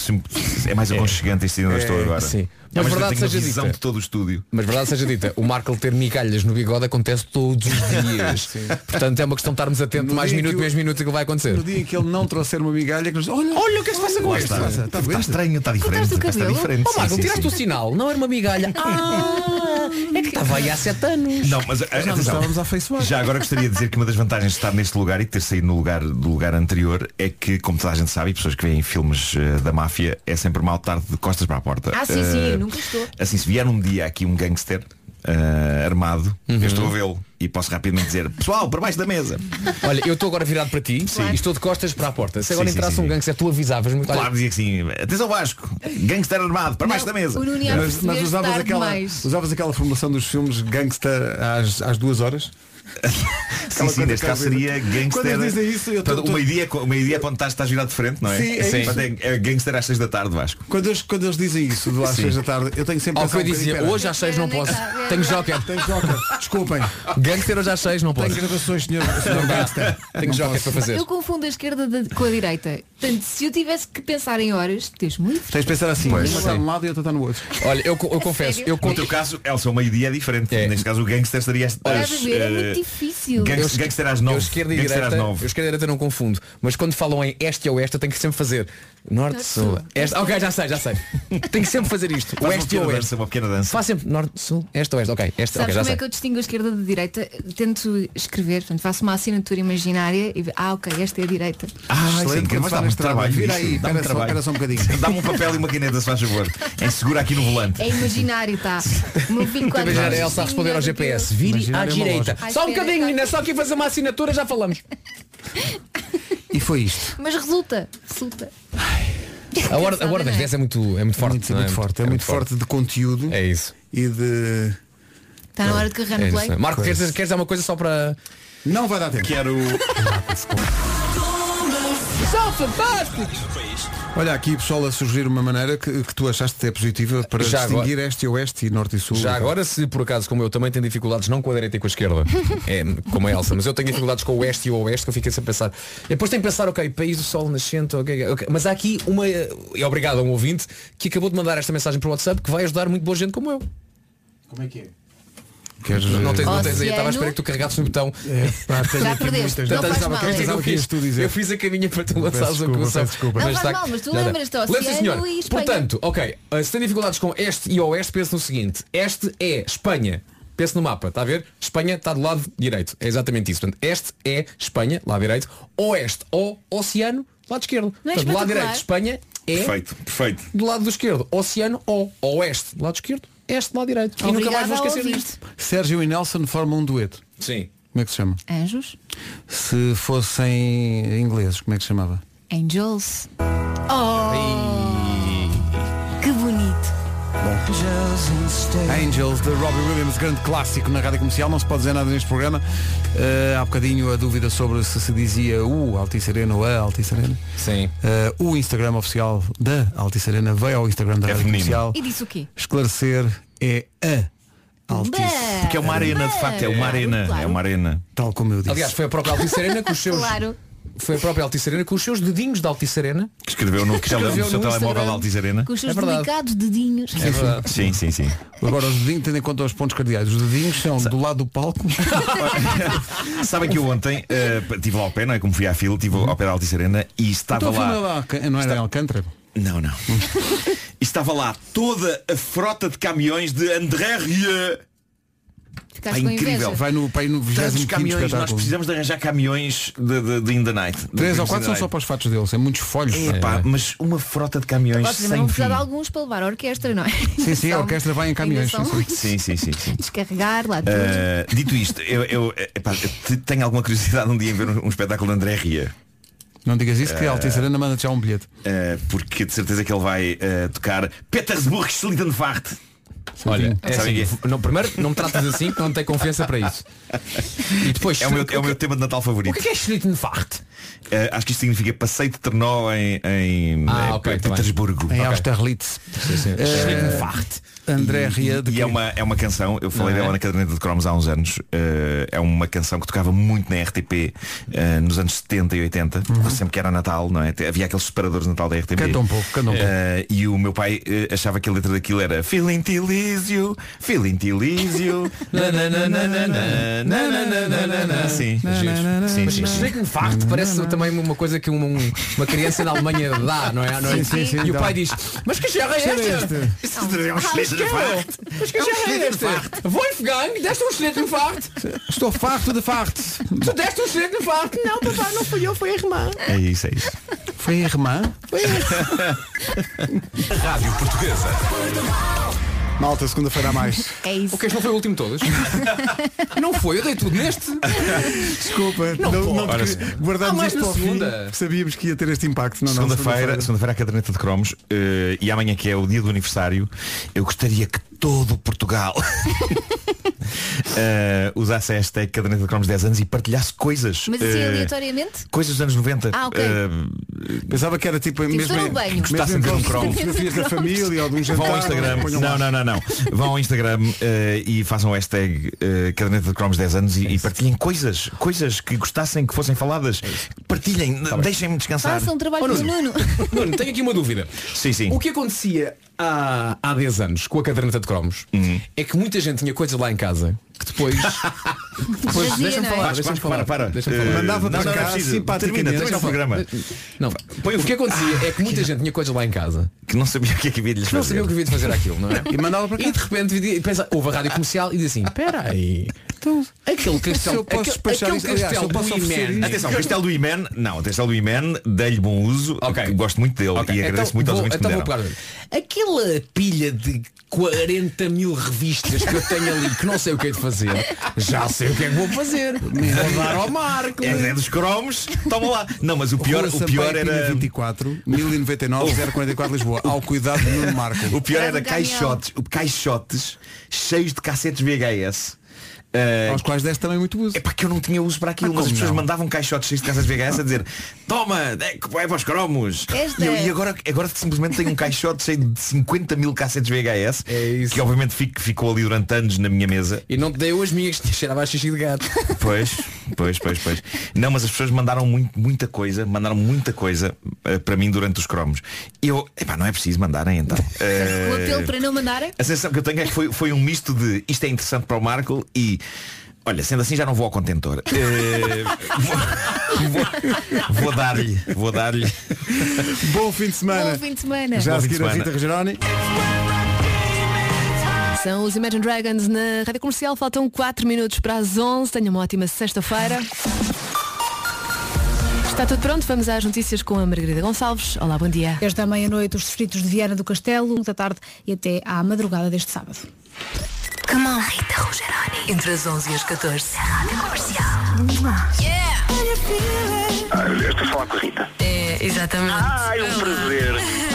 S17: é mais aconchegante este ainda onde
S7: É,
S17: estou agora.
S7: sim.
S17: É,
S7: Mas
S17: mas
S7: verdade
S17: eu tenho
S7: seja
S17: uma visão
S7: dita.
S17: de todo o estúdio.
S7: Mas verdade seja dita, o Marco ter migalhas no bigode acontece todos os dias. Portanto é uma questão de estarmos atentos, mais
S3: dia
S7: minuto,
S3: que o-
S7: menos minuto que vai acontecer.
S3: no dia em que ele não trouxer uma migalha que nos olha olha o que é que se passa
S7: Lá
S3: com isto
S7: está.
S3: está, doente?
S17: estranho está
S7: Cortaste o cabelo? Oh, Marco,
S17: Sim, sim,
S7: tiraste
S17: sim.
S7: o sinal, não era uma migalha. Ah, é que <laughs> estava aí há sete anos.
S17: Não, mas,
S7: Mas não,
S17: atenção,
S7: mas estávamos a afeiçoar.
S17: Já agora gostaria de dizer que uma das vantagens de estar neste lugar e de ter saído no lugar, do lugar anterior é que, como toda a gente sabe, e pessoas que veem filmes eh, da máfia, é sempre mal tarde de costas para a porta.
S1: Ah, sim, sim,
S17: Eh,
S1: eu nunca estou.
S17: Assim, se vier um dia aqui um gangster eh, armado,
S7: Uhum.
S17: eu estou a vê-lo e posso rapidamente dizer, pessoal, para baixo da mesa.
S7: Olha, eu estou agora virado para ti e estou de costas para a porta. Se agora
S17: Sim, sim,
S7: entrasse
S17: sim,
S7: um
S17: sim.
S7: gangster, tu avisavas-me. olha,
S17: Claro, dizia que sim, atenção Vasco, gangster armado, para baixo da mesa.
S1: o Nuno ia
S3: mas, mas
S1: perceber
S3: usavas
S1: tarde
S3: aquela
S1: demais.
S3: usavas aquela formulação dos filmes gangster às, às duas horas
S17: <laughs> Sim, sim, neste caso seria gangster.
S3: Quando eles dizem isso, eu tô-
S17: Portanto,
S3: tô-
S17: O meio-dia o meio-dia é quando estás, estás virado de frente, não é?
S3: Sim, é isso.
S17: Portanto, é, é gangster às seis da tarde, Vasco.
S3: Quando eles, quando eles dizem isso do às
S17: Sim.
S3: seis da tarde, eu tenho sempre
S7: Ao
S3: pensar
S7: que
S3: um
S7: eu dizia,
S3: bocadinho,
S7: hoje às seis não posso.
S3: pera.
S7: Tenho joker.
S3: Tenho joker. Desculpem.
S7: Gangster hoje às seis não posso.
S3: Tenho gravações, senhor, senhor
S7: Não dá.
S3: gangster.
S7: Tenho
S3: Não
S7: joker para
S3: posso.
S7: fazer.
S1: Eu confundo a esquerda da- com a direita. Portanto, se eu tivesse que pensar em horas, tens muito.
S3: Tens de pensar assim,
S17: Pois.
S3: uma está de um lado e outra está no outro.
S7: Olha, eu, eu confesso, eu
S17: No teu caso, Elsa, o meio-dia é diferente. Neste caso, o gangster estaria às.
S1: Para
S17: às,
S1: beber é
S17: eh,
S1: muito difícil.
S17: gangs-
S7: esque-
S17: gangster às nove.
S7: Eu esquerda e
S17: Gangster
S7: direita,
S17: às nove.
S7: eu esquerda e direita não confundo. Mas quando falam em este ou oeste, eu tenho que sempre fazer norte,
S17: Norte,
S7: sul.
S17: sul.
S7: Este, ok, já sei, já sei. tenho que sempre fazer isto.
S17: Faz uma
S7: oeste
S17: pequena
S7: ou
S17: dança,
S7: oeste.
S17: uma pequena dança.
S7: Faz sempre norte, sul, este oeste. Ok, este,
S1: Sabes
S7: ok, já
S1: como
S7: sei.
S1: é que eu distingo a esquerda da direita? Tento escrever, portanto, faço uma assinatura imaginária e ah, ok, esta é a direita.
S17: Ah,
S3: Excelente,
S17: excelente,
S3: quando
S17: mas
S3: vai
S17: dá
S3: na
S17: muito
S3: estrada,
S17: trabalho.
S3: vira
S17: isso,
S3: aí,
S17: dá
S3: espera
S17: muito
S3: só-
S17: trabalho.
S3: espera só um bocadinho.
S17: Dá-me um papel e uma caneta, se faz favor. É segura aqui no volante.
S1: É imaginário,
S17: <laughs>
S1: tá? O meu filho quando
S7: Também já era
S1: nasce,
S7: Elsa a responder ao
S1: meu
S7: GPS.
S1: Deus.
S7: Vire à
S1: é uma
S7: direita.
S1: loja.
S7: Só um
S1: Ai, espera,
S7: bocadinho, menina, só aqui fazer uma assinatura, já falamos.
S3: E foi isto.
S1: Mas resulta, resulta.
S7: A hora, a hora das 10 é muito, é muito forte.
S3: Muito, é
S7: não
S3: muito forte, é muito forte de conteúdo.
S7: É isso.
S3: E de.
S1: Está Tá na hora de carregar
S7: É
S1: no
S7: isso,
S1: play.
S7: é. Marco, queres, queres dar uma coisa só para.
S3: Não vai dar tempo.
S17: Quero.
S7: São fantásticos!
S3: Olha aqui, pessoal, a surgir uma maneira que, que tu achaste até positiva para
S7: Já
S3: distinguir este e oeste e norte e sul.
S7: Já agora, se por acaso, como eu também tenho dificuldades, não com a direita e com
S3: <laughs>
S7: a esquerda, é, como a Elsa, mas eu tenho dificuldades com o oeste e o oeste, que eu fiquei sempre a pensar. E depois tenho que pensar, ok, país do sol nascente, ok, ok. Mas há aqui uma. E obrigado a um ouvinte que acabou de mandar esta mensagem para o WhatsApp que vai ajudar muito boa gente como eu.
S3: Como é que é? Queres,
S7: Não tens, não tens aí,
S1: Oceano.
S7: eu estava à espera que tu carregasses no botão.
S3: É,
S1: Já perdeste, não faz mal.
S7: Quer dizer,
S1: Não
S7: eu, fiz, eu fiz a caminha para tu lançares o
S3: desculpa,
S7: coração.
S3: peço desculpa.
S1: Não faz mal, mas tu lembras-te, Oceano
S7: Lembra-se, senhor.
S1: e Espanha.
S7: Portanto, ok, eh, se tem dificuldades com este e oeste, pensa no seguinte. Este é Espanha. Pensa no mapa, está a ver? Espanha está do lado direito. É exatamente isso. Portanto, este é Espanha, lado direito. Oeste ou oceano, lado esquerdo.
S1: Não é
S7: Portanto, do lado
S1: espetacular?
S7: direito, Espanha é
S17: Perfeito, perfeito.
S7: do lado do esquerdo. Oceano ou oeste, do lado esquerdo. Este, do lado direito. e nunca mais vou
S1: Obrigada ao
S7: esquecer
S1: ouvinte.
S7: disto.
S3: Sérgio e Nelson formam um dueto.
S7: Sim.
S3: Como é que se chama?
S1: Anjos,
S3: Se fossem ingleses, como é que se chamava?
S1: angels. Oh, que bonito.
S3: Angels de Robbie Williams, grande clássico na rádio comercial, não se pode dizer nada neste programa. Eh, há bocadinho a dúvida sobre se se dizia o Altice Arena ou a Altice Arena.
S7: Sim.
S3: Eh, o Instagram oficial da Altice Arena veio ao Instagram da
S17: É
S3: rádio
S17: feminino.
S3: comercial.
S1: E disse o quê?
S3: Esclarecer é a Altice.
S1: Bem,
S17: Porque é uma arena, de
S1: bem.
S17: facto, é uma arena. É uma arena.
S3: Tal como eu disse.
S7: Aliás, foi a própria Altice Arena com os seus.
S1: Claro.
S7: Foi a própria Altice Arena com os seus dedinhos da Altice Arena.
S17: Que escreveu no, que
S7: Escreveu
S17: no seu
S7: no
S17: telemóvel
S7: Instagram.
S17: da Altice Arena.
S1: Com os seus
S7: É verdade. É
S1: delicados dedinhos.
S17: É Sim, sim, sim.
S3: Agora os dedinhos, tendo em conta os pontos cardeais, os dedinhos são do lado do palco.
S17: Sabem que eu ontem estive lá ao pé, não é? Como fui à fila, estive ao pé da Altice Arena e estava
S3: Então, afinal,
S17: lá.
S3: lá Alca- não era em Alcântara?
S17: Não, não. estava lá toda a frota de caminhões de André Rieu.
S1: Ficaste
S17: Pá,
S1: com
S17: incrível.
S1: inveja.
S17: Vai
S3: no, vai no 25º
S17: Tantos caminhões, nós
S3: espetáculo.
S17: precisamos de arranjar caminhões de, de, de In the Night.
S3: Três ou quatro são só para os fatos deles, é muitos folhos.
S17: Epá, mas uma frota de caminhões
S1: Posso dizer,
S17: sem
S7: um
S1: vão
S17: fim.
S1: precisar de alguns para levar a orquestra, não é?
S17: Sim,
S1: Ainda
S17: sim, a
S1: são-
S17: orquestra vai em
S1: ainda
S17: caminhões,
S1: são-
S17: Sim, sim, sim. sim.
S1: Descarregar <laughs> lá tudo.
S17: Uh, dito isto, eu, eu, epá, te- tenho alguma curiosidade um dia em ver um, um espetáculo de André Ria.
S3: Não digas isso que a
S17: Eh,
S3: Altice Arena manda já um bilhete.
S17: Uh, porque de certeza que ele vai uh, tocar Petersburg Schlitternfahrt.
S7: Olha, é
S17: Sabem
S7: assim, não, primeiro não me tratas assim, que não tenho confiança para isso. E depois,
S17: é o meu,
S7: o que-
S17: é o meu tema de Natal favorito.
S7: O que é Schlittenfahrt?
S17: Eh, acho que isto significa passeio de Ternó em, em,
S7: Ah,
S17: em
S7: ok, tá bem.
S17: Petersburgo.
S7: Em
S3: Austerlitz.
S17: Eh,
S7: Schlittenfahrt.
S3: André
S17: Ria de E é uma, é uma canção, eu falei
S3: é?
S17: dela na caderneta de cromos há uns anos, eh, é uma canção que tocava muito na RTP eh, nos anos 70 e 80, sempre que era Natal, não é? Te- Havia aqueles separadores de Natal da RTP.
S3: Uhum. Canta um pouco, canta um pouco.
S17: Eh, e o meu pai eh, achava que a letra daquilo era Filintilísio,
S3: <laughs>
S17: Filintilísio. Sim, giro. Sim,
S7: Mas
S17: sim, sim.
S7: Schlittenfahrt parece também uma coisa que um- um- uma criança na Alemanha dá, não é? À noite.
S17: Sim, sim, sim,
S7: e o
S17: dá.
S7: pai diz, mas que gerra é
S17: Cheira
S7: esta?
S17: É um Schlittenfahrt.
S7: Mas que gerra é esta? Wolfgang, deste um Schlittenfahrt?
S3: Estou farto de farto.
S7: Tu deste um Schlittenfahrt? Não, papai, não fui eu, foi a irmã.
S17: É isso, é isso.
S3: Foi a irmã? <laughs>
S7: Rádio Portuguesa.
S3: Malta, segunda-feira a mais.
S1: É isso.
S7: O que este não foi o último
S1: <laughs>
S7: de todos? não foi, eu dei tudo neste.
S3: Desculpa,
S7: Não
S3: não, não,
S17: Ora,
S3: te
S7: pode.
S3: queria-
S17: sim.
S7: Há
S3: guardámos
S7: mais
S3: isto
S7: na
S3: para o fim.
S7: segunda.
S3: Sabíamos que ia ter este impacto. Não, não,
S17: Segunda-feira, segunda-feira a caderneta de cromos eh, e amanhã que é o dia do aniversário, eu gostaria que todo Portugal <laughs> eh, usasse a hashtag caderneta de cromos 10 anos e partilhasse coisas.
S1: Mas assim,
S17: eh,
S1: aleatoriamente?
S17: Coisas dos anos 90.
S1: Ah, ok.
S3: Pensava que era tipo
S1: Tipo, mesmo- estou no banho.
S17: Gostassem de ver um cromo.
S3: Fotografias tipo, da família ou de um jantar.
S17: Vão ao Instagram.
S3: ponham
S17: Não,
S3: lá.
S17: não, não, não. Vão ao Instagram eh, e façam o hashtag eh, caderneta de cromos 10 anos e,
S3: É
S17: e partilhem coisas, coisas que gostassem que fossem faladas. Partilhem,
S3: Tá
S17: deixem-me descansar.
S1: Façam um trabalho
S7: Nuno.
S1: do Nuno.
S7: Nuno, tenho aqui uma dúvida.
S17: Sim, sim.
S7: O que acontecia há, há 10 anos com a caderneta de cromos
S17: Hum.
S7: é que muita gente tinha coisas lá em casa que
S17: <laughs>
S7: depois. que depois
S17: Fazia,
S7: deixa-me
S17: não é?
S7: falar,
S17: Vasco,
S7: deixa-me
S17: Vasco,
S7: falar.
S17: para, para.
S7: Deixa-me falar.
S17: Eh, Mandava não, para não, cá, não é preciso. simpaticamente. Termina, termina o programa.
S7: Não, o que acontecia é que muita gente tinha coisas lá em casa
S17: que não sabia o que é que havia de lhes
S7: que não
S17: fazer.
S7: sabia o que havia de fazer aquilo, não é?
S3: E mandava para cá.
S7: E de repente vi- pensa, houve a rádio comercial e diz assim, espera aí. Então, Aquele
S17: Se
S7: castelo,
S17: eu posso
S7: aquele,
S17: despachar
S7: aquele
S17: isso-
S7: castelo
S17: aliás, se eu posso
S7: do
S17: oferecer
S7: Imen.
S17: isso- Atenção, é o castelo do Imen, não, é o castelo do Imen, dei-lhe bom uso, que gosto muito dele e agradeço muito aos
S7: vou,
S17: amigos que
S7: então
S17: me
S7: vou
S17: deram.
S7: parar. Aquela pilha de 40 mil revistas que eu tenho ali que não sei o que é de fazer, já sei o que é que vou fazer. Vou dar ao Marco.
S17: É, é dos cromos, toma lá. Não, mas o pior,
S3: Rua
S17: o pior
S3: Sampaio Pina
S17: era. Oh.
S3: 24, 1099, 044 Lisboa.
S17: <laughs>
S3: Ao cuidado do Nuno Marco.
S17: O pior
S7: um
S17: era
S3: Grande Daniel.
S17: caixotes, o- caixotes cheios de cassetes VHS.
S3: Aos quais deste também muito uso.
S17: eh, É porque eu não tinha uso para aquilo,
S3: Ah,
S17: mas as
S3: como
S17: pessoas
S3: não?
S17: mandavam caixotes cheios de cassetes VHS a dizer Toma, é que vai para os cromos.
S1: Esta
S17: E, eu-
S1: é.
S17: e agora, agora simplesmente tenho um caixote cheio de 50 mil cassetes VHS que obviamente fico- ficou ali durante anos na minha mesa.
S7: É E não te dei as minhas, que cheirava a xixi de gato.
S17: <laughs> Pois, pois, pois, pois. Não, mas as pessoas mandaram muito- muita coisa, mandaram muita coisa eh, para mim durante os cromos. Eu, epá, não é preciso mandarem então.
S1: O apelo
S17: Eh,
S1: para não mandarem?
S17: a sensação que eu tenho é que foi, foi um misto de isto é interessante para o Marco e olha, sendo assim já não vou ao contentor. Eh,
S1: <laughs>
S17: vou- vou vou dar-lhe, vou dar-lhe.
S3: Bom fim de semana.
S1: Bom fim de semana.
S3: Já a
S17: Bom fim de
S3: seguir a
S17: semana.
S3: Rita Rogeroni.
S1: São os Imagine Dragons na Rádio Comercial. Faltam 4 minutos para as 11. Tenham uma ótima sexta-feira. Está tudo pronto? Vamos às notícias com a Margarida Gonçalves. Olá, bom dia.
S5: Desde a meia-noite, os distritos de Viana do Castelo, um da tarde e até à madrugada deste sábado.
S1: Come on, Rita Rogeroni.
S5: Entre as 11 e as 14.
S21: Ah, eu estou a falar com a Rita.
S5: É, exatamente.
S21: Ah, é um prazer.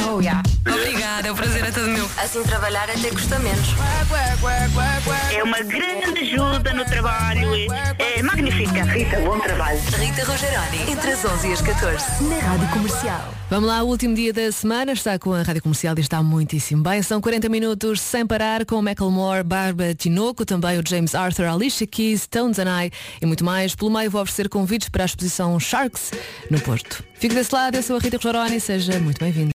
S5: Oh, yeah. Obrigada, o prazer é todo meu. Assim trabalhar até custa menos.
S21: É uma grande ajuda no trabalho. É magnífica. Rita, bom trabalho.
S5: Rita Rogeroni, entre as 11 e as 14, na Rádio Comercial.
S1: Vamos lá, o último dia da semana está com a Rádio Comercial e está muitíssimo bem. São 40 minutos sem parar com o Macklemore, Bárbara Tinoco, também o James Arthur, Alicia Keys, Tones and I e muito mais. Pelo meio vou oferecer convites para a exposição Sharks no Porto. Fico desse lado, eu sou a Rita Rogeroni, seja muito bem-vindo.